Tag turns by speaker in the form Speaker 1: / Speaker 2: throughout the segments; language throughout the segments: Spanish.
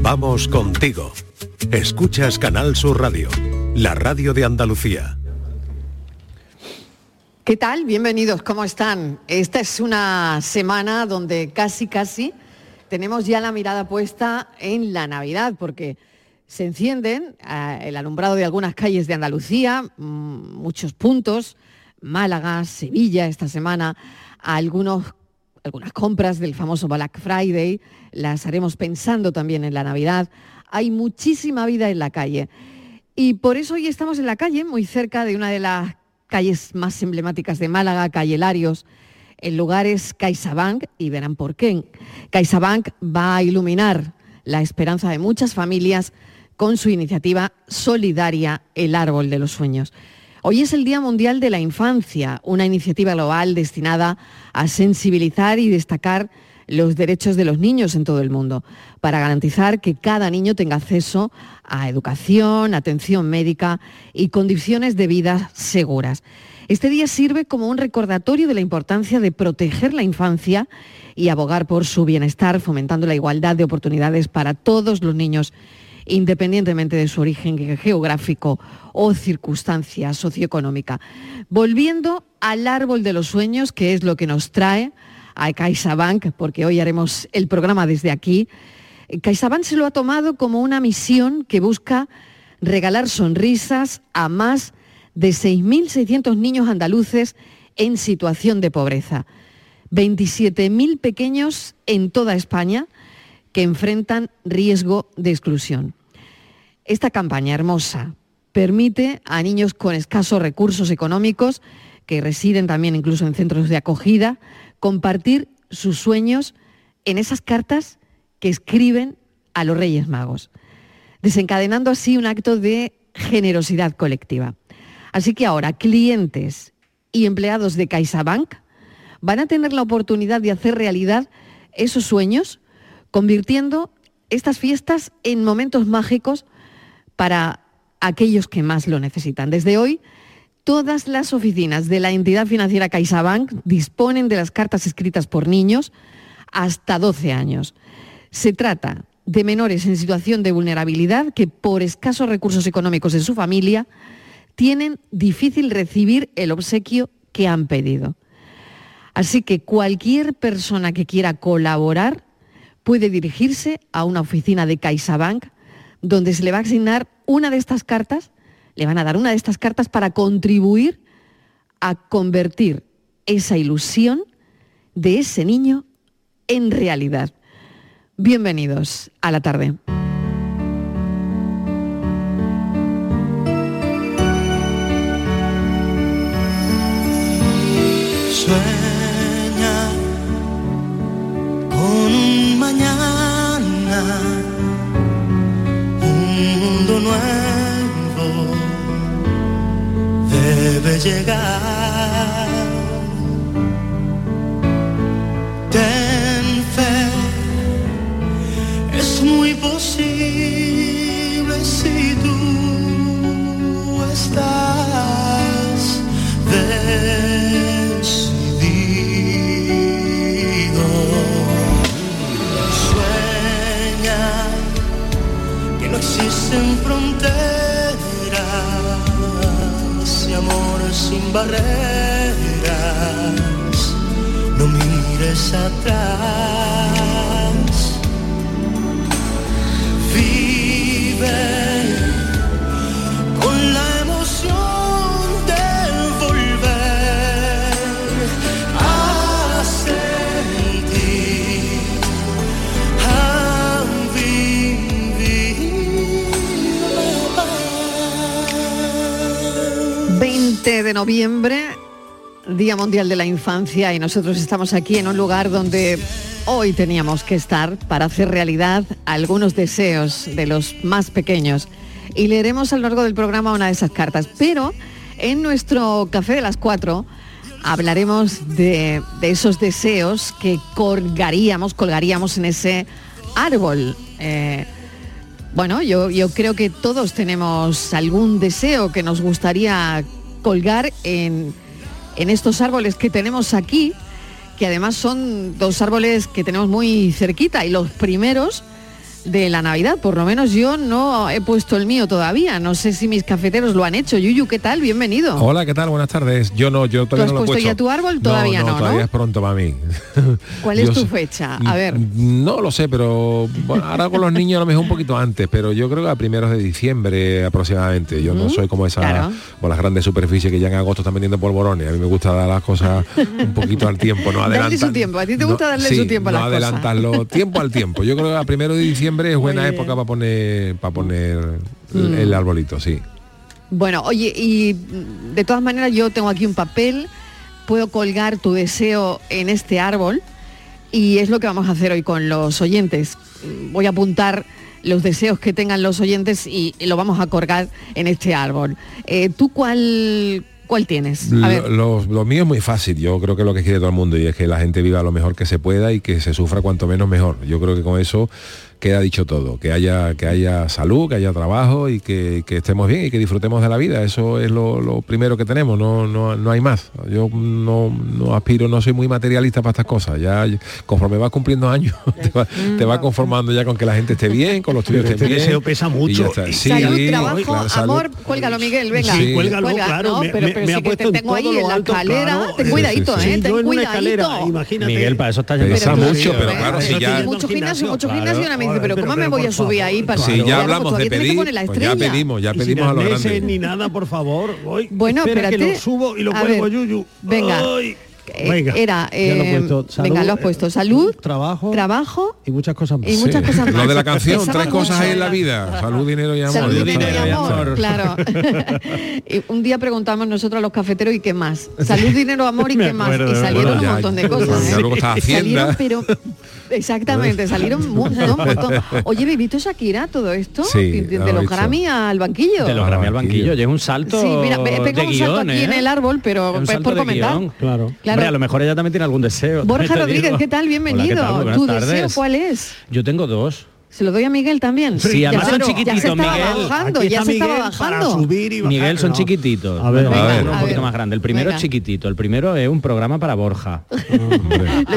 Speaker 1: Vamos contigo. Escuchas Canal Sur Radio, la radio de Andalucía.
Speaker 2: ¿Qué tal? Bienvenidos, ¿cómo están? Esta es una semana donde casi, casi tenemos ya la mirada puesta en la Navidad, porque se encienden eh, el alumbrado de algunas calles de Andalucía, mm, muchos puntos, Málaga, Sevilla esta semana, algunos, algunas compras del famoso Black Friday, las haremos pensando también en la Navidad. Hay muchísima vida en la calle. Y por eso hoy estamos en la calle, muy cerca de una de las calles más emblemáticas de Málaga, Calle Larios. El lugar es CaixaBank y verán por qué. CaixaBank va a iluminar la esperanza de muchas familias con su iniciativa solidaria El Árbol de los Sueños. Hoy es el Día Mundial de la Infancia, una iniciativa global destinada a sensibilizar y destacar los derechos de los niños en todo el mundo, para garantizar que cada niño tenga acceso a educación, atención médica y condiciones de vida seguras. Este día sirve como un recordatorio de la importancia de proteger la infancia y abogar por su bienestar, fomentando la igualdad de oportunidades para todos los niños, independientemente de su origen ge- geográfico o circunstancia socioeconómica. Volviendo al árbol de los sueños, que es lo que nos trae a CaixaBank, porque hoy haremos el programa desde aquí, CaixaBank se lo ha tomado como una misión que busca regalar sonrisas a más de 6.600 niños andaluces en situación de pobreza. 27.000 pequeños en toda España que enfrentan riesgo de exclusión. Esta campaña hermosa permite a niños con escasos recursos económicos, que residen también incluso en centros de acogida, compartir sus sueños en esas cartas que escriben a los Reyes Magos, desencadenando así un acto de generosidad colectiva. Así que ahora clientes y empleados de CaixaBank van a tener la oportunidad de hacer realidad esos sueños, convirtiendo estas fiestas en momentos mágicos para aquellos que más lo necesitan. Desde hoy, todas las oficinas de la entidad financiera CaixaBank disponen de las cartas escritas por niños hasta 12 años. Se trata de menores en situación de vulnerabilidad que por escasos recursos económicos en su familia tienen difícil recibir el obsequio que han pedido. Así que cualquier persona que quiera colaborar puede dirigirse a una oficina de CaixaBank donde se le va a asignar una de estas cartas, le van a dar una de estas cartas para contribuir a convertir esa ilusión de ese niño en realidad. Bienvenidos a la tarde.
Speaker 3: Sueña con un mañana, un mundo nuevo debe llegar. Ten fe, es muy posible si tú estás decidido. Sueña que no existen fronteras y amor sin barreras. No mires atrás. Vive con la emoción de volver a sentir, a vivir.
Speaker 2: 20 de noviembre, Día Mundial de la Infancia, y nosotros estamos aquí en un lugar donde hoy teníamos que estar para hacer realidad algunos deseos de los más pequeños. Y leeremos a lo largo del programa una de esas cartas. Pero en nuestro Café de las Cuatro hablaremos de, de esos deseos que colgaríamos, colgaríamos en ese árbol. Eh, bueno, yo, yo creo que todos tenemos algún deseo que nos gustaría colgar en, en estos árboles que tenemos aquí, que además son dos árboles que tenemos muy cerquita y los primeros de la Navidad. Por lo menos yo no he puesto el mío todavía. No sé si mis cafeteros lo han hecho. Yuyu, ¿qué tal? Bienvenido.
Speaker 4: Hola, ¿qué tal? Buenas tardes. Yo no, yo
Speaker 2: ¿Tú has
Speaker 4: todavía no lo he
Speaker 2: puesto
Speaker 4: puesto.
Speaker 2: ya tu árbol? Todavía no, ¿no?
Speaker 4: todavía es pronto para mí.
Speaker 2: ¿Cuál es
Speaker 4: Yo
Speaker 2: tu
Speaker 4: sé-
Speaker 2: fecha? A ver,
Speaker 4: No lo sé, pero bueno, ahora con los niños a lo mejor un poquito antes, pero yo creo que a primeros de diciembre aproximadamente. Yo no soy como esa
Speaker 2: claro.
Speaker 4: con las grandes superficies que ya en agosto están vendiendo polvorones. A mí me gusta dar las cosas un poquito al tiempo, no
Speaker 2: darle su
Speaker 4: adelantar.
Speaker 2: tiempo. A ti te gusta darle
Speaker 4: sí,
Speaker 2: su tiempo a
Speaker 4: no
Speaker 2: las cosas.
Speaker 4: adelantarlo, tiempo al tiempo. Yo creo que a primero de diciembre es buena época para poner para poner
Speaker 2: Mm.
Speaker 4: el, el arbolito, sí.
Speaker 2: Bueno, oye, y mm, de todas maneras yo tengo aquí un papel, puedo colgar tu deseo en este árbol y es lo que vamos a hacer hoy con los oyentes. Mm, Voy a apuntar los deseos que tengan los oyentes y lo vamos a colgar en este árbol. Eh, ¿Tú cuál, cuál tienes? A ver,
Speaker 4: Lo, lo- lo mío es muy fácil, yo creo que es lo que quiere todo el mundo y es que la gente viva lo mejor que se pueda y que se sufra cuanto menos mejor. Yo creo que con eso queda dicho todo, que haya, que haya salud, que haya trabajo y que, que estemos bien y que disfrutemos de la vida. Eso es lo, lo primero que tenemos, no, no, no hay más. Yo no, no aspiro, no soy muy materialista para estas cosas. Ya conforme vas cumpliendo años, te va, te
Speaker 2: Mm.
Speaker 4: va conformando ya con que la gente esté bien, con los tuyos
Speaker 5: Pero
Speaker 4: estén
Speaker 5: este
Speaker 4: bien.
Speaker 5: deseo pesa
Speaker 4: y ya
Speaker 5: mucho.
Speaker 4: está. Sí,
Speaker 2: salud,
Speaker 4: sí,
Speaker 2: trabajo,
Speaker 4: claro, salud.
Speaker 2: amor, cuélgalo Miguel, venga.
Speaker 4: Sí, cuélgalo,
Speaker 5: claro, me-
Speaker 2: pero,
Speaker 5: me-
Speaker 2: pero sí
Speaker 5: me ha
Speaker 2: que te
Speaker 5: puesto en
Speaker 2: tengo ahí
Speaker 5: todo lo
Speaker 2: en la
Speaker 5: alto,
Speaker 2: escalera,
Speaker 5: claro.
Speaker 2: ten
Speaker 5: Sí,
Speaker 2: cuidadito,
Speaker 5: sí,
Speaker 2: ¿eh?
Speaker 5: sí.
Speaker 2: ten
Speaker 5: Yo en una
Speaker 2: cuidadito.
Speaker 5: escalera, imagínate.
Speaker 6: Miguel, para eso está
Speaker 4: Pero
Speaker 6: yendo.
Speaker 4: Pesa
Speaker 6: al
Speaker 2: tú-
Speaker 4: mucho,
Speaker 2: sí,
Speaker 4: pero
Speaker 2: eh,
Speaker 4: claro,
Speaker 2: eh,
Speaker 4: si ya-
Speaker 2: Mucho gimnasio, mucho
Speaker 5: Claro,
Speaker 2: gimnasio, y ahora me dice,
Speaker 5: joder,
Speaker 2: pero
Speaker 5: pero-
Speaker 2: ¿cómo me
Speaker 5: pero
Speaker 2: voy a
Speaker 5: por
Speaker 2: subir
Speaker 5: favor,
Speaker 2: ahí para
Speaker 5: claro.
Speaker 4: Sí,
Speaker 2: subir?
Speaker 4: ya
Speaker 2: Claro,
Speaker 4: hablamos de
Speaker 2: todavía tiene que
Speaker 4: pedir,
Speaker 2: poner la
Speaker 4: pues ya
Speaker 2: estrella.
Speaker 4: pedimos, ya
Speaker 5: Y sin
Speaker 4: pedimos a lo
Speaker 5: arneses
Speaker 4: grande.
Speaker 5: ni nada, por favor. Voy,
Speaker 2: Bueno,
Speaker 5: espera que
Speaker 2: espérate.
Speaker 5: lo subo y lo
Speaker 2: A
Speaker 5: cuelgo,
Speaker 2: ver,
Speaker 5: Yuyu.
Speaker 2: venga.
Speaker 5: Ay.
Speaker 2: Eh, Era,
Speaker 6: Ya lo he
Speaker 2: eh,
Speaker 6: puesto. Salud,
Speaker 2: venga, lo has
Speaker 6: eh,
Speaker 2: puesto. Salud,
Speaker 6: trabajo,
Speaker 2: trabajo
Speaker 6: y muchas cosas más.
Speaker 2: y muchas
Speaker 4: Sí.
Speaker 2: cosas más.
Speaker 4: Lo de la canción,
Speaker 2: Pesaba
Speaker 4: tres cosas
Speaker 2: mucho.
Speaker 4: hay en la vida. Salud, dinero y amor.
Speaker 2: Salud,
Speaker 4: Ya
Speaker 2: dinero
Speaker 4: está.
Speaker 2: y amor, claro. Y un día preguntamos nosotros a los cafeteros y qué más. Salud, dinero, amor y
Speaker 6: Me
Speaker 2: qué más.
Speaker 6: acuerdo,
Speaker 2: Y
Speaker 6: me
Speaker 2: salieron
Speaker 4: Bueno,
Speaker 2: un
Speaker 4: ya-
Speaker 2: montón de
Speaker 4: bueno,
Speaker 2: cosas.
Speaker 4: ya
Speaker 2: ¿eh?
Speaker 4: luego está
Speaker 2: Salieron,
Speaker 4: Hacienda.
Speaker 2: pero exactamente, salieron un montón, un montón. Oye, ¿bebito Shakira todo esto?
Speaker 4: Sí,
Speaker 2: de, de
Speaker 4: lo he
Speaker 2: los
Speaker 4: visto.
Speaker 2: Grammy al banquillo.
Speaker 4: De
Speaker 6: Te lo
Speaker 4: Ah,
Speaker 6: grabé al
Speaker 4: banquillo.
Speaker 6: banquillo, llega un salto.
Speaker 2: Sí, mira, pe- pega
Speaker 6: de
Speaker 2: un salto
Speaker 6: guión,
Speaker 2: aquí
Speaker 6: ¿eh?
Speaker 2: en el árbol, pero
Speaker 6: Es un
Speaker 2: es
Speaker 6: salto
Speaker 2: por
Speaker 6: de
Speaker 2: comentar.
Speaker 6: guión, claro.
Speaker 2: Claro.
Speaker 6: Hombre, a lo mejor ella también tiene algún deseo.
Speaker 2: Borja
Speaker 6: también te
Speaker 2: Rodríguez,
Speaker 6: digo.
Speaker 2: ¿qué tal?
Speaker 6: Hola,
Speaker 2: Bienvenido.
Speaker 6: tal? Buenas
Speaker 2: ¿Tu
Speaker 6: tardes.
Speaker 2: deseo pues. cuál es?
Speaker 6: Yo tengo dos.
Speaker 2: Se lo doy a Miguel también.
Speaker 6: Sí,
Speaker 2: ya,
Speaker 6: además
Speaker 2: se-
Speaker 6: son
Speaker 2: ya se
Speaker 6: chiquititos,
Speaker 2: estaba
Speaker 6: Miguel.
Speaker 2: bajando,
Speaker 5: Aquí
Speaker 2: ya
Speaker 5: está
Speaker 2: se estaba
Speaker 5: Miguel
Speaker 2: bajando.
Speaker 5: Para subir y bajar.
Speaker 6: Miguel, son
Speaker 5: No.
Speaker 6: chiquititos.
Speaker 5: A ver,
Speaker 6: Bueno,
Speaker 4: a
Speaker 6: uno
Speaker 4: ver.
Speaker 6: un
Speaker 2: A ver.
Speaker 6: poquito más grande. El primero
Speaker 2: Venga.
Speaker 6: es chiquitito. El primero es un programa para Borja.
Speaker 2: Lo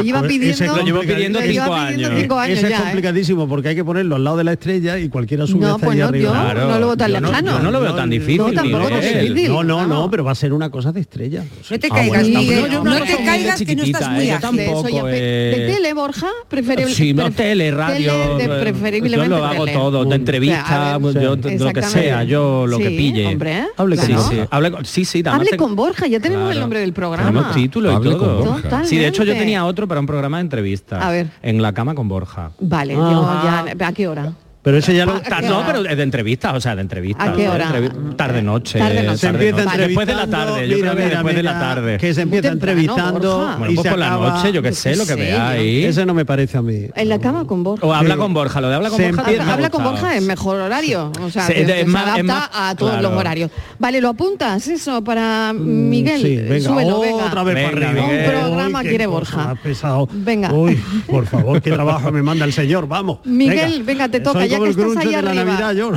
Speaker 2: lleva
Speaker 5: Hombre, ese
Speaker 2: pidiendo,
Speaker 5: lo llevo
Speaker 6: pidiendo
Speaker 2: lo lleva pidiendo
Speaker 6: cinco años.
Speaker 2: cinco años
Speaker 5: Ese es
Speaker 2: ya, ¿eh?
Speaker 5: complicadísimo porque hay que ponerlo al lado de la estrella y cualquiera sube
Speaker 2: No,
Speaker 5: hasta
Speaker 2: pues
Speaker 5: allá
Speaker 2: no,
Speaker 5: arriba.
Speaker 2: yo- no lo veo tan
Speaker 6: yo
Speaker 2: lejano.
Speaker 6: yo no lo veo tan difícil.
Speaker 2: No, tampoco tan
Speaker 6: Miguel.
Speaker 2: difícil.
Speaker 5: No, no,
Speaker 2: vamos.
Speaker 5: no, pero va a ser una cosa de estrella.
Speaker 7: No te
Speaker 6: Ah, bueno,
Speaker 7: caigas,
Speaker 6: está-
Speaker 7: Miguel.
Speaker 6: yo
Speaker 7: No
Speaker 6: una
Speaker 7: te
Speaker 6: cosa muy
Speaker 7: caigas que no
Speaker 6: chiquitita,
Speaker 7: estás muy
Speaker 6: ¿eh? Yo
Speaker 7: ágil.
Speaker 2: De
Speaker 6: tampoco,
Speaker 2: eso ya, pe-
Speaker 6: eh,
Speaker 2: ¿De tele, Borja? Preferiblemente.
Speaker 6: Sí, no, tele, radio, eh,
Speaker 2: preferiblemente
Speaker 6: yo lo hago
Speaker 2: tele.
Speaker 6: todo, de
Speaker 2: a
Speaker 6: entrevista,
Speaker 2: ver,
Speaker 6: yo,
Speaker 2: sí.
Speaker 6: lo que sea, yo lo que
Speaker 2: Sí,
Speaker 6: pille.
Speaker 2: hombre, ¿eh?
Speaker 6: Hable
Speaker 2: Claro.
Speaker 6: con sí, sí. Hable con, sí, sí, además
Speaker 2: Hable
Speaker 6: te-
Speaker 2: con Borja, ya tenemos el
Speaker 6: Claro.
Speaker 2: nombre del programa.
Speaker 6: Tenemos título y
Speaker 4: Hable con
Speaker 6: todo.
Speaker 4: Borja.
Speaker 2: Totalmente.
Speaker 6: Sí, de hecho yo tenía otro para un programa de entrevistas.
Speaker 2: A ver.
Speaker 6: En la cama con Borja.
Speaker 2: Vale,
Speaker 6: Ah.
Speaker 2: yo ya, ¿a qué hora?
Speaker 5: Pero ese ya lo...
Speaker 2: ¿A qué
Speaker 6: No,
Speaker 2: hora?
Speaker 6: pero es de entrevistas, o sea, de entrevistas.
Speaker 2: ¿A qué
Speaker 6: de
Speaker 2: hora?
Speaker 6: entrevi- Tarde noche.
Speaker 2: Tarde noche. Se empieza
Speaker 6: noche. Después de la
Speaker 5: entrevistando,
Speaker 6: tarde, yo
Speaker 5: mira,
Speaker 6: creo que
Speaker 5: mira,
Speaker 6: después de la
Speaker 5: mira,
Speaker 6: tarde.
Speaker 5: Que se empieza
Speaker 2: temprano,
Speaker 5: entrevistando
Speaker 2: Borja.
Speaker 6: Bueno,
Speaker 5: y
Speaker 6: pues
Speaker 5: se
Speaker 6: por la
Speaker 5: acaba-
Speaker 6: noche, yo qué
Speaker 2: Yo
Speaker 6: sé,
Speaker 2: qué
Speaker 6: lo que
Speaker 2: sé,
Speaker 6: veáis.
Speaker 5: Ese no me parece a mí.
Speaker 2: En la cama con Borja.
Speaker 6: O habla
Speaker 5: Sí.
Speaker 6: con Borja, lo de habla con
Speaker 5: Se
Speaker 6: Borja.
Speaker 5: empieza-
Speaker 6: también me ha
Speaker 2: Habla con
Speaker 6: gustado.
Speaker 2: Borja en mejor horario, o sea,
Speaker 6: Sí,
Speaker 2: que
Speaker 6: es
Speaker 2: se
Speaker 6: más- es
Speaker 2: adapta
Speaker 6: más-
Speaker 2: a todos
Speaker 6: claro.
Speaker 2: los horarios. Vale, lo apuntas eso para
Speaker 5: Mm,
Speaker 2: Miguel.
Speaker 5: Sí, venga,
Speaker 2: Súbelo, venga.
Speaker 5: otra vez
Speaker 6: Venga,
Speaker 5: para arriba.
Speaker 6: Miguel.
Speaker 2: Un programa
Speaker 5: qué
Speaker 2: quiere
Speaker 5: cosa
Speaker 2: Borja.
Speaker 5: más pesado.
Speaker 2: Venga.
Speaker 5: Uy, por favor, qué trabajo me manda el señor, vamos.
Speaker 2: Miguel, venga, te toca,
Speaker 5: Soy
Speaker 2: ya que
Speaker 5: como el
Speaker 2: estás
Speaker 5: Grinch
Speaker 2: ahí
Speaker 5: de la
Speaker 2: arriba.
Speaker 5: Navidad, yo.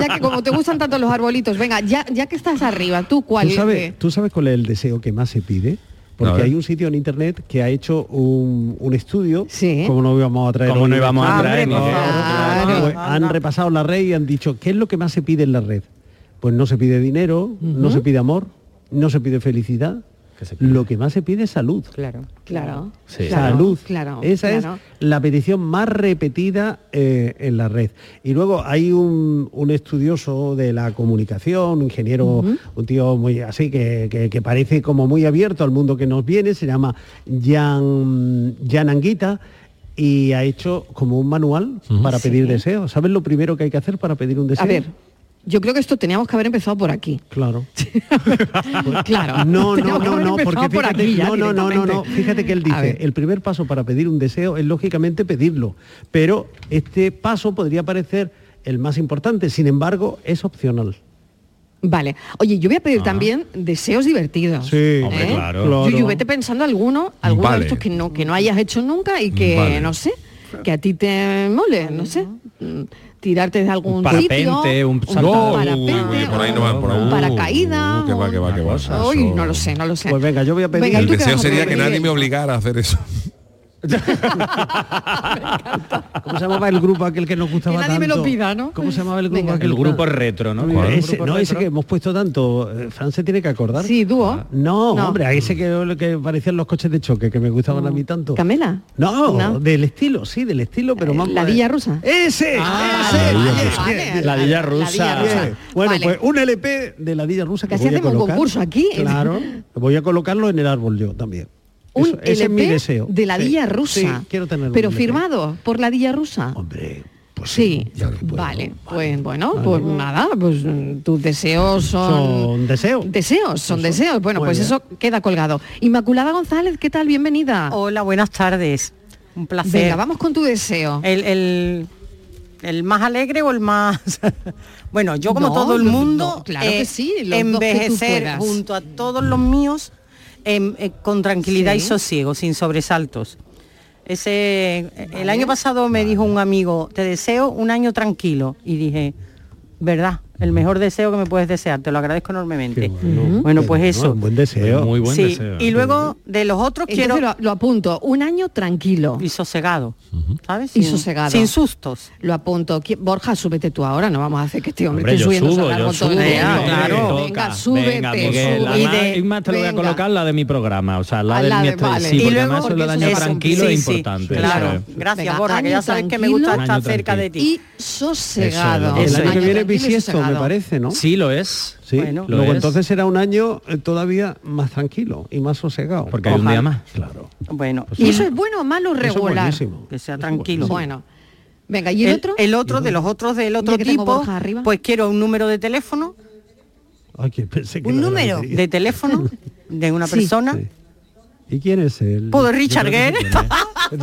Speaker 2: Ya que como te gustan tanto los arbolitos, venga, ya, ya que estás arriba, tú cuál
Speaker 5: ¿Tú
Speaker 2: eh?
Speaker 5: sabes, ¿Tú sabes cuál es el deseo que más se pide?
Speaker 4: A
Speaker 5: Porque
Speaker 4: ver.
Speaker 5: hay un sitio en internet que ha hecho un, un estudio,
Speaker 2: Sí.
Speaker 5: como no íbamos a traer
Speaker 6: Como
Speaker 5: hoy Ah,
Speaker 6: no íbamos a
Speaker 5: aquí,
Speaker 6: traer,
Speaker 5: ¿no?
Speaker 6: Miguel,
Speaker 2: claro.
Speaker 5: Pues han repasado la red y han dicho, ¿qué es lo que más se pide en la red? Pues no se pide dinero, no se pide amor, no se pide felicidad,
Speaker 6: ¿Qué se pide?
Speaker 5: lo que más se pide es salud.
Speaker 7: Claro.
Speaker 2: Claro,
Speaker 6: Sí.
Speaker 2: claro,
Speaker 5: Salud.
Speaker 2: Claro.
Speaker 5: Esa
Speaker 2: claro.
Speaker 5: es la petición más repetida eh, en la red. Y luego hay un, un estudioso de la comunicación, un ingeniero, un tío muy así, que, que- que parece como muy abierto al mundo que nos viene, se llama Jan, Jan Anguita. Y ha hecho como un manual para pedir deseos. ¿Sabes lo primero que hay que hacer para pedir un deseo?
Speaker 2: A ver, yo creo que esto teníamos que haber empezado por aquí.
Speaker 5: Claro.
Speaker 2: claro.
Speaker 5: No, no,
Speaker 2: teníamos que
Speaker 5: no,
Speaker 2: haber
Speaker 5: no,
Speaker 2: empezado
Speaker 5: porque
Speaker 2: por
Speaker 5: fíjate,
Speaker 2: aquí ya
Speaker 5: no, no, no, no, no,
Speaker 2: directamente.
Speaker 5: fíjate que él
Speaker 2: A
Speaker 5: dice,
Speaker 2: ver.
Speaker 5: el primer paso para pedir un deseo es lógicamente pedirlo, pero este paso podría parecer el más importante, sin embargo, es opcional.
Speaker 2: Vale. Oye, yo voy a
Speaker 4: Ah.
Speaker 2: pedir también deseos divertidos. ¿eh?
Speaker 5: Sí.
Speaker 6: Hombre, claro.
Speaker 2: Yuyu, vete pensando alguno, alguno
Speaker 4: Vale.
Speaker 2: de estos que no, que no hayas hecho nunca y que,
Speaker 4: Vale.
Speaker 2: no sé, que a ti te mole, no sé. mm, Tirarte de algún
Speaker 6: Un parapente,
Speaker 2: sitio.
Speaker 6: un salto.
Speaker 4: No,
Speaker 2: parapente,
Speaker 4: uy, uy, por ahí no van, por ahí.
Speaker 2: un paracaídas.
Speaker 4: Uh, que va, que va, que va.
Speaker 2: Uy, no lo sé, no lo sé.
Speaker 5: Pues venga, yo voy a pedir-
Speaker 2: Venga, ¿y
Speaker 4: El
Speaker 2: tú qué
Speaker 4: deseo
Speaker 2: vas a
Speaker 4: sería
Speaker 2: pedir,
Speaker 4: que nadie
Speaker 2: Miguel?
Speaker 4: me obligara a hacer eso.
Speaker 5: ¿Cómo se llamaba el grupo aquel que nos gustaba
Speaker 2: Que nadie
Speaker 5: tanto?
Speaker 2: me lo pida, ¿no?
Speaker 5: ¿Cómo se llamaba el grupo
Speaker 2: Venga.
Speaker 5: aquel?
Speaker 6: El grupo retro, ¿no?
Speaker 5: No,
Speaker 6: ¿Cuál?
Speaker 5: ese,
Speaker 6: ¿Grupo
Speaker 5: no, ese
Speaker 6: retro?
Speaker 5: que hemos puesto tanto. eh, Fran se tiene que acordar. Ah,
Speaker 2: Sí, dúo.
Speaker 5: No,
Speaker 2: No.
Speaker 5: hombre, a ese que, lo que parecían los coches de choque, que me gustaban a mí tanto.
Speaker 2: ¿Camela?
Speaker 5: No,
Speaker 2: No.
Speaker 5: del estilo, sí, del estilo, pero
Speaker 2: Eh,
Speaker 5: más...
Speaker 2: ¿La Villa Rusa?
Speaker 5: ¡Ese!
Speaker 2: Ah,
Speaker 5: ¡Ese!
Speaker 2: vale,
Speaker 5: Bien,
Speaker 2: vale,
Speaker 5: bien,
Speaker 2: vale,
Speaker 5: bien.
Speaker 6: La
Speaker 2: vale,
Speaker 6: Villa
Speaker 2: la
Speaker 6: Rusa.
Speaker 5: Bien. Bueno,
Speaker 2: Vale.
Speaker 5: pues un LP de la Villa Rusa que
Speaker 2: Casi
Speaker 5: voy a
Speaker 2: hacemos un
Speaker 5: colocar.
Speaker 2: concurso aquí.
Speaker 5: Claro, voy a colocarlo en el árbol yo también.
Speaker 2: Un
Speaker 5: Eso- ese es mi
Speaker 2: LP
Speaker 5: deseo.
Speaker 2: de la
Speaker 5: Sí,
Speaker 2: Dilla
Speaker 5: sí,
Speaker 2: Rusa.
Speaker 5: quiero tenerlo.
Speaker 2: Pero
Speaker 5: en mi LP.
Speaker 2: firmado por la Dilla Rusa.
Speaker 5: Hombre, pues
Speaker 2: Sí,
Speaker 5: sí. ya que puedo.
Speaker 2: vale, pues bueno, pues nada, pues mm, tus deseos son...
Speaker 5: Son deseos.
Speaker 2: Deseos, son deseos. Bueno,
Speaker 5: Muy
Speaker 2: pues
Speaker 5: bien.
Speaker 2: eso queda colgado. Inmaculada González, ¿qué tal? Bienvenida.
Speaker 7: Hola, buenas tardes. Un placer.
Speaker 2: Venga, vamos con tu deseo.
Speaker 7: El, el- el más alegre o el más... bueno, yo como
Speaker 2: No,
Speaker 7: todo el
Speaker 2: no,
Speaker 7: mundo, eh,
Speaker 2: no, claro que sí, los dos que tú
Speaker 7: envejecer
Speaker 2: puedas.
Speaker 7: junto a todos los míos em, eh, con tranquilidad y
Speaker 2: Sí.
Speaker 7: sosiego, sin sobresaltos. Ese, El año pasado me dijo un amigo, te deseo un año tranquilo. Y dije, ¿verdad? El mejor deseo que me puedes desear, te lo agradezco enormemente.
Speaker 5: Qué bueno.
Speaker 7: Bueno, pues
Speaker 5: Qué
Speaker 7: eso.
Speaker 5: Un Mm. buen deseo.
Speaker 6: Muy buen
Speaker 7: Sí,
Speaker 6: deseo.
Speaker 7: Y luego de los otros
Speaker 2: Entonces
Speaker 7: quiero...
Speaker 2: lo, lo apunto, un año tranquilo.
Speaker 7: Y sosegado, ¿sabes?
Speaker 2: Y sosegado.
Speaker 7: Sin sustos.
Speaker 2: Lo apunto. ¿Qui- Borja, súbete tú ahora, no vamos a hacer que este hombre,
Speaker 6: Hombre,
Speaker 2: esté
Speaker 6: yo
Speaker 2: subiendo
Speaker 6: subo, yo
Speaker 2: todo
Speaker 6: subo.
Speaker 2: el tiempo.
Speaker 7: Ah, claro.
Speaker 2: Venga,
Speaker 6: Toca.
Speaker 2: súbete,
Speaker 6: Venga, Miguel,
Speaker 2: súbete.
Speaker 6: además, es más, te lo voy a
Speaker 2: Venga.
Speaker 6: colocar la de mi programa, o sea, la
Speaker 2: Ah,
Speaker 6: del
Speaker 2: la de-
Speaker 6: miércoles.
Speaker 2: vale.
Speaker 6: Sí,
Speaker 2: Y
Speaker 6: porque
Speaker 2: luego,
Speaker 6: además eso
Speaker 2: porque
Speaker 6: lo del año
Speaker 2: eso-
Speaker 6: tranquilo
Speaker 7: sí,
Speaker 6: es
Speaker 7: sí,
Speaker 6: importante.
Speaker 7: claro.
Speaker 6: ¿sabes?
Speaker 7: Gracias,
Speaker 2: Venga,
Speaker 7: Borja, que ya
Speaker 2: año
Speaker 7: sabes que me
Speaker 2: tranquilo.
Speaker 7: gusta estar
Speaker 6: Año
Speaker 7: cerca de ti.
Speaker 2: Y sosegado.
Speaker 6: Eso es.
Speaker 5: El año que
Speaker 2: Año
Speaker 5: viene
Speaker 2: tranquilo y
Speaker 5: bisiesto, me
Speaker 2: sosegado.
Speaker 5: parece, ¿no?
Speaker 6: Sí lo es.
Speaker 5: Sí,
Speaker 7: Bueno.
Speaker 6: Lo
Speaker 5: luego
Speaker 6: es.
Speaker 5: entonces será un año eh, todavía más tranquilo y más sosegado.
Speaker 6: Porque hay un
Speaker 7: Ojalá.
Speaker 6: día más.
Speaker 5: Claro. Pues
Speaker 7: Bueno,
Speaker 2: ¿Y
Speaker 7: y
Speaker 2: eso es bueno o malo o
Speaker 5: Eso es
Speaker 2: regular?
Speaker 5: buenísimo.
Speaker 7: que sea
Speaker 5: Eso es
Speaker 7: tranquilo.
Speaker 2: Bueno, venga, ¿y el, otro?
Speaker 7: El otro, de los otros del otro
Speaker 2: que tengo
Speaker 7: tipo,
Speaker 2: Borja arriba.
Speaker 7: pues quiero un número de teléfono,
Speaker 5: Ay, que pensé que
Speaker 8: Un
Speaker 5: era de la
Speaker 8: número.
Speaker 5: lotería.
Speaker 7: de teléfono de una
Speaker 2: Sí.
Speaker 7: persona.
Speaker 5: Sí. ¿Y quién es él?
Speaker 7: Puedo Richard Gere.
Speaker 3: ¿eh?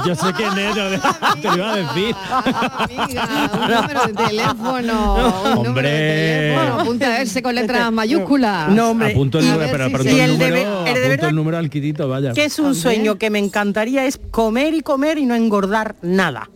Speaker 6: Yo sé quién es, te lo iba a decir.
Speaker 2: Ah, amiga, un número de teléfono, un número de
Speaker 6: Hombre.
Speaker 2: teléfono, apunta a verse con letras mayúsculas.
Speaker 7: No, hombre.
Speaker 6: Apunto el
Speaker 7: Y-
Speaker 6: número, pero
Speaker 2: y
Speaker 6: apunto
Speaker 7: el
Speaker 6: el
Speaker 7: de ver-
Speaker 6: número,
Speaker 7: el de
Speaker 6: apunto
Speaker 7: verdad-
Speaker 6: el número al quitito, vaya.
Speaker 7: que es un
Speaker 2: También.
Speaker 7: sueño que me encantaría es comer y comer y no engordar nada.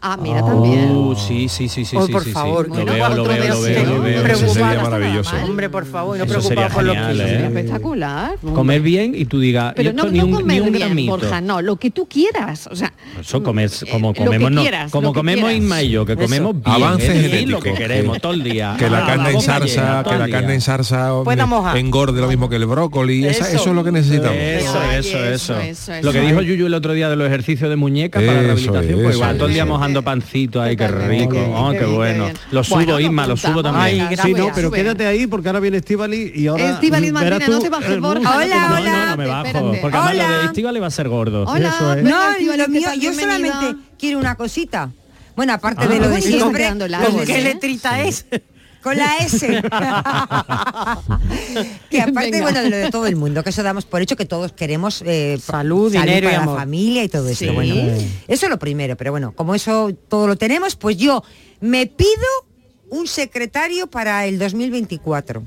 Speaker 2: Ah, mira también.
Speaker 6: Uh, sí, sí, sí, sí,
Speaker 7: Oh,
Speaker 6: sí,
Speaker 7: por
Speaker 6: sí, sí.
Speaker 7: favor,
Speaker 6: Lo
Speaker 7: bueno,
Speaker 6: veo, lo
Speaker 7: otro
Speaker 6: veo, lo
Speaker 7: deseo.
Speaker 6: veo, lo veo.
Speaker 7: Pero
Speaker 4: Eso sería
Speaker 7: preocupada,
Speaker 4: maravilloso.
Speaker 7: Ah, Hombre, por favor, y no
Speaker 6: Eso sería
Speaker 7: preocupado por lo que
Speaker 6: genial,
Speaker 2: Sería
Speaker 6: ¿eh?
Speaker 2: espectacular.
Speaker 6: Comer bien y tú digas,
Speaker 2: Pero
Speaker 6: y
Speaker 2: no,
Speaker 6: esto ni
Speaker 2: no
Speaker 6: un, ni
Speaker 2: comer
Speaker 6: un
Speaker 2: bien,
Speaker 6: gramito.
Speaker 2: Borja, no, lo que tú quieras. O sea,
Speaker 6: Eso comes, como
Speaker 2: lo que
Speaker 6: comemos, no,
Speaker 2: quieras,
Speaker 6: como
Speaker 2: lo que
Speaker 6: comemos
Speaker 2: quieras.
Speaker 6: Inma y yo, que
Speaker 7: Eso.
Speaker 6: comemos bien,
Speaker 4: Avance
Speaker 6: es decir,
Speaker 4: genético.
Speaker 6: lo que queremos
Speaker 4: Que-
Speaker 6: todo el día.
Speaker 4: Que la
Speaker 6: Ah,
Speaker 4: carne en
Speaker 6: boca llena,
Speaker 4: salsa,
Speaker 6: todo
Speaker 4: que la
Speaker 6: el
Speaker 4: carne
Speaker 6: día.
Speaker 4: en salsa hombre,
Speaker 7: Pueda mojar.
Speaker 4: engorde lo mismo que el brócoli, esa-
Speaker 7: Eso.
Speaker 4: eso es lo que necesitamos.
Speaker 6: Eso,
Speaker 2: Ay,
Speaker 6: eso,
Speaker 2: eso,
Speaker 6: eso,
Speaker 2: eso, eso.
Speaker 6: Lo que dijo Yuyu el otro día de los ejercicios de muñeca para la
Speaker 4: Eso
Speaker 6: rehabilitación,
Speaker 4: es,
Speaker 6: pues
Speaker 4: eso
Speaker 6: igual, todo el día
Speaker 4: es.
Speaker 6: mojando pancito, ay, qué
Speaker 2: Totalmente,
Speaker 6: rico,
Speaker 2: qué
Speaker 6: oh,
Speaker 2: bien,
Speaker 6: qué
Speaker 2: qué
Speaker 6: bueno.
Speaker 2: bien.
Speaker 6: Lo subo,
Speaker 2: Bueno, lo
Speaker 6: Isma, lo
Speaker 2: apuntamos.
Speaker 6: subo también.
Speaker 7: Ay,
Speaker 5: Sí, no,
Speaker 7: Gracias.
Speaker 5: pero
Speaker 2: Sube.
Speaker 5: quédate ahí porque ahora viene Estivali y ahora...
Speaker 2: Estíbaliz
Speaker 5: verás
Speaker 2: Martínez,
Speaker 5: tú eh,
Speaker 2: no te bajes,
Speaker 5: el
Speaker 2: Borja,
Speaker 5: bus.
Speaker 2: no te
Speaker 8: Hola,
Speaker 2: bajes.
Speaker 8: hola.
Speaker 6: No, no me bajo,
Speaker 2: espérate.
Speaker 6: porque además lo
Speaker 8: Hola.
Speaker 6: de Estíbal le va a ser gordo.
Speaker 2: Hola,
Speaker 5: Eso es.
Speaker 2: venga,
Speaker 8: No,
Speaker 2: Estíbaliz,
Speaker 8: lo
Speaker 2: ¿qué
Speaker 8: mío,
Speaker 2: tal?
Speaker 8: yo
Speaker 2: Bienvenida.
Speaker 8: solamente quiero una cosita. Bueno, aparte de
Speaker 2: Ah,
Speaker 8: lo
Speaker 2: ¿cómo
Speaker 8: de
Speaker 2: estás
Speaker 8: siempre,
Speaker 2: quedando el
Speaker 8: los
Speaker 2: árbol,
Speaker 7: ¿Con
Speaker 8: deseos-
Speaker 7: qué
Speaker 2: ¿eh?
Speaker 7: letrita es?
Speaker 8: con la S. que aparte,
Speaker 2: Venga.
Speaker 8: bueno, de lo de todo el mundo, que eso damos por hecho que todos queremos eh,
Speaker 7: Salud, dinero y
Speaker 8: para
Speaker 7: amor.
Speaker 8: la familia y todo
Speaker 2: Sí.
Speaker 8: eso. Bueno, eso es lo primero, pero bueno, como eso todo lo tenemos, pues yo me pido un secretario para el 2024.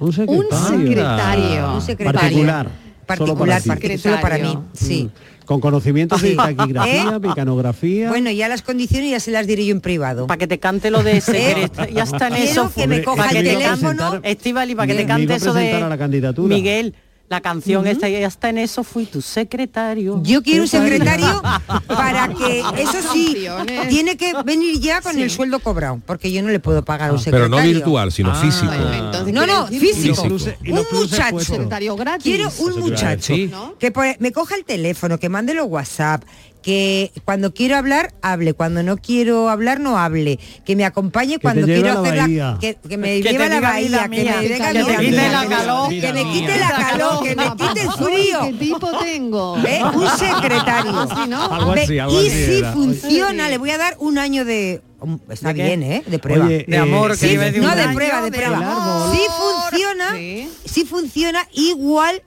Speaker 5: Un
Speaker 2: Un secretario.
Speaker 6: Anda.
Speaker 8: Un secretario.
Speaker 5: Particular. Solo para Mm.
Speaker 8: Particular,
Speaker 5: ti.
Speaker 8: particular, solo para mí,
Speaker 2: Secretario.
Speaker 8: sí.
Speaker 5: Con conocimientos de
Speaker 8: Sí.
Speaker 5: taquigrafía,
Speaker 8: ¿Eh?
Speaker 5: mecanografía...
Speaker 8: Bueno, ya las condiciones ya se las diré yo en privado. ¿Eh?
Speaker 7: Para que te cante lo de secreto. ya está en
Speaker 8: Quiero
Speaker 7: eso.
Speaker 8: que me coja
Speaker 7: Para
Speaker 5: el
Speaker 7: que te
Speaker 5: teléfono.
Speaker 7: cante- Estíbali, para que
Speaker 5: Me-
Speaker 7: te
Speaker 5: me iba
Speaker 7: cante
Speaker 5: a
Speaker 7: eso de.
Speaker 5: presentar a la candidatura.
Speaker 7: Miguel, la canción esta, ya está en eso, fui tu secretario.
Speaker 8: Yo quiero un secretario para que, eso sí,
Speaker 2: Campeones.
Speaker 8: tiene que venir ya con el sueldo cobrado, porque yo no le puedo pagar a un
Speaker 4: Ah, Pero
Speaker 8: secretario.
Speaker 4: no virtual, sino
Speaker 6: Ah.
Speaker 4: físico.
Speaker 2: Bueno, entonces
Speaker 8: No,
Speaker 2: quiere
Speaker 8: no,
Speaker 2: decir-
Speaker 5: Y los
Speaker 8: físico.
Speaker 5: pluses- y los
Speaker 8: un
Speaker 5: pluses
Speaker 8: muchacho.
Speaker 5: puestos.
Speaker 2: Secretario gratis.
Speaker 8: Quiero un
Speaker 6: Eso te iba a
Speaker 8: muchacho
Speaker 6: decir.
Speaker 2: ¿No?
Speaker 8: que por- me coja el teléfono, que mande los WhatsApp, que cuando quiero hablar, hable, cuando no quiero hablar, no hable, que me acompañe
Speaker 5: te
Speaker 8: cuando
Speaker 5: lleve
Speaker 8: quiero
Speaker 5: a la
Speaker 8: hacer
Speaker 5: bahía.
Speaker 8: la... Que, que me
Speaker 7: Que te
Speaker 8: lleve a la
Speaker 7: diga, vida
Speaker 8: bahía, que
Speaker 7: mía.
Speaker 8: me diga
Speaker 7: Que
Speaker 8: vida
Speaker 7: te quite
Speaker 8: mía,
Speaker 7: la
Speaker 8: que me-
Speaker 7: calor.
Speaker 8: que me
Speaker 6: Vida
Speaker 8: quite
Speaker 6: mía.
Speaker 8: la calor, que me quite el
Speaker 2: Uy, ¿Qué
Speaker 8: frío.
Speaker 2: tipo tengo?
Speaker 8: ¿eh? Un secretario.
Speaker 2: Así, ¿no?
Speaker 6: Algo
Speaker 8: Ve,
Speaker 6: así, algo
Speaker 8: y
Speaker 6: así
Speaker 8: si
Speaker 6: era.
Speaker 8: funciona, le voy a dar un año de... um, Está
Speaker 7: ¿De qué?
Speaker 8: bien, ¿eh? De prueba.
Speaker 5: Oye,
Speaker 7: De amor, que
Speaker 8: Sí,
Speaker 7: iba a decir
Speaker 8: no,
Speaker 7: un
Speaker 8: de
Speaker 7: año
Speaker 8: prueba, de
Speaker 7: de
Speaker 8: prueba.
Speaker 2: amor.
Speaker 8: Si funciona,
Speaker 2: Sí.
Speaker 8: si funciona, igual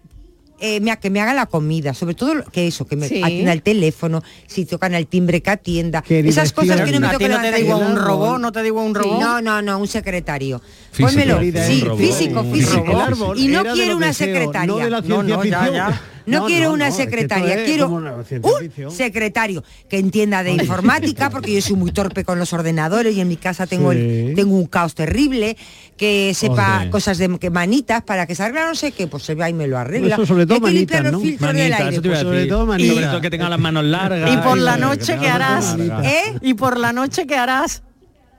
Speaker 8: eh, me ha- que me haga la comida, sobre todo lo- que eso, que me
Speaker 2: Sí.
Speaker 8: atienda el teléfono, si tocan el timbre que atienda,
Speaker 5: Querida
Speaker 8: esas cosas que no me
Speaker 5: Estíbaliz.
Speaker 7: a ti
Speaker 8: tocan
Speaker 7: no te da igual un robot, no te digo un robot.
Speaker 8: No, no, no, un secretario.
Speaker 4: Físico.
Speaker 8: Pónmelo.
Speaker 5: Querida,
Speaker 8: Sí,
Speaker 5: un robot,
Speaker 8: físico,
Speaker 6: un
Speaker 8: físico.
Speaker 4: robot.
Speaker 8: Y no
Speaker 5: Era de
Speaker 8: quiero
Speaker 5: los
Speaker 8: una
Speaker 5: deseos,
Speaker 8: secretaria.
Speaker 5: No de la
Speaker 7: No,
Speaker 5: ciencia
Speaker 7: no, ya,
Speaker 5: ficción.
Speaker 7: ya.
Speaker 8: No,
Speaker 5: No,
Speaker 8: quiero
Speaker 5: no,
Speaker 8: una
Speaker 5: no, es que esto
Speaker 8: secretaria,
Speaker 5: es
Speaker 8: quiero
Speaker 5: como una ciencia
Speaker 8: un secretario que entienda de informática, porque yo soy muy torpe con los ordenadores y en mi casa tengo, el-
Speaker 5: Sí.
Speaker 8: tengo un caos terrible, que sepa
Speaker 6: Hombre.
Speaker 8: cosas de que manitas para que salga no sé qué, pues se va y me lo arregla.
Speaker 5: Eso sobre todo
Speaker 8: Hay que limpiar
Speaker 5: manitas,
Speaker 8: los
Speaker 5: ¿no?
Speaker 8: filtros del
Speaker 6: Manita,
Speaker 8: aire,
Speaker 6: eso te iba a
Speaker 5: pues, sobre
Speaker 6: decir.
Speaker 5: todo
Speaker 6: Y
Speaker 5: manita.
Speaker 6: sobre todo que tenga las manos largas.
Speaker 7: Y por la
Speaker 6: que
Speaker 7: noche
Speaker 6: tenga
Speaker 7: que
Speaker 6: las manos
Speaker 7: harás,
Speaker 6: largas.
Speaker 8: ¿eh?
Speaker 7: y por la noche que harás. Mm.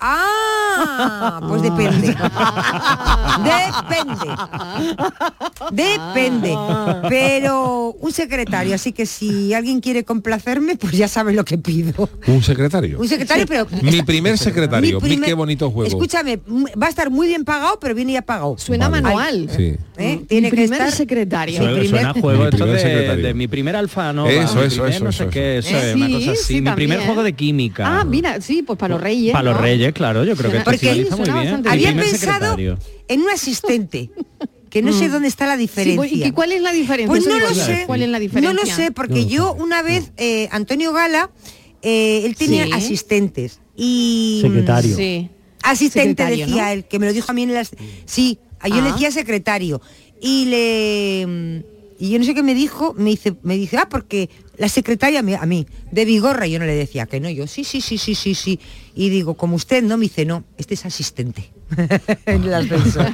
Speaker 8: Ah, pues depende. depende.
Speaker 4: Ah.
Speaker 8: Depende. Pero un secretario, así que si alguien quiere complacerme, pues ya sabe lo que pido.
Speaker 4: Un secretario.
Speaker 8: Un secretario, pero...
Speaker 4: Mi primer secretario. Mi
Speaker 8: primer-
Speaker 4: qué bonito juego.
Speaker 8: Escúchame, m- va a estar muy bien pagado, pero viene ya pagado.
Speaker 2: Suena
Speaker 4: Vale.
Speaker 2: manual.
Speaker 4: Sí.
Speaker 8: ¿Eh?
Speaker 2: Tiene
Speaker 8: Tiene que
Speaker 2: primer
Speaker 8: estar...
Speaker 2: secretario.
Speaker 6: Suena,
Speaker 8: primer-
Speaker 6: suena juego
Speaker 4: Mi
Speaker 6: esto
Speaker 4: primer
Speaker 6: de,
Speaker 4: secretario.
Speaker 6: de mi primer alfanova,
Speaker 4: Eso,
Speaker 6: mi
Speaker 4: eso,
Speaker 6: primer
Speaker 4: eso,
Speaker 6: no sé
Speaker 4: eso,
Speaker 6: qué,
Speaker 2: Eh,
Speaker 6: eso es una
Speaker 2: sí,
Speaker 6: cosa así.
Speaker 2: sí,
Speaker 6: mi primer
Speaker 2: también.
Speaker 6: juego de química.
Speaker 2: Ah, mira, sí, pues para los reyes.
Speaker 6: Para los
Speaker 2: ¿no?
Speaker 6: reyes, claro, yo creo que esto
Speaker 2: Porque
Speaker 6: se realiza
Speaker 2: sí,
Speaker 6: muy
Speaker 2: suena
Speaker 6: bien.
Speaker 2: bastante
Speaker 6: Mi
Speaker 8: Había
Speaker 2: bien.
Speaker 6: primer
Speaker 8: pensado
Speaker 6: secretario.
Speaker 8: en un asistente, que no sé dónde está la
Speaker 2: Mm. Sí,
Speaker 8: diferencia.
Speaker 2: pues, ¿Y cuál es la diferencia?
Speaker 8: Pues
Speaker 2: Eso
Speaker 8: no
Speaker 2: digo
Speaker 8: lo
Speaker 2: yo,
Speaker 8: sé.
Speaker 2: ¿Cuál es la diferencia?
Speaker 8: No lo sé, porque yo una vez, eh, Antonio Gala, eh, él tenía
Speaker 2: Sí.
Speaker 8: asistentes. Y
Speaker 5: Secretario.
Speaker 2: Mm, Sí.
Speaker 8: Asistente
Speaker 2: Secretario,
Speaker 8: decía
Speaker 2: ¿no?
Speaker 8: él, que me lo dijo a mí en las... Sí, a yo le
Speaker 2: Ah.
Speaker 8: decía secretario. Y le... mm, Y yo no sé qué me dijo, me dice, me dice, ah, porque la secretaria me- a mí, de Vigorra, yo no le decía que no, yo sí, sí, sí, sí, sí, sí. Y digo, como usted no, me dice, no, este es asistente. En las besos.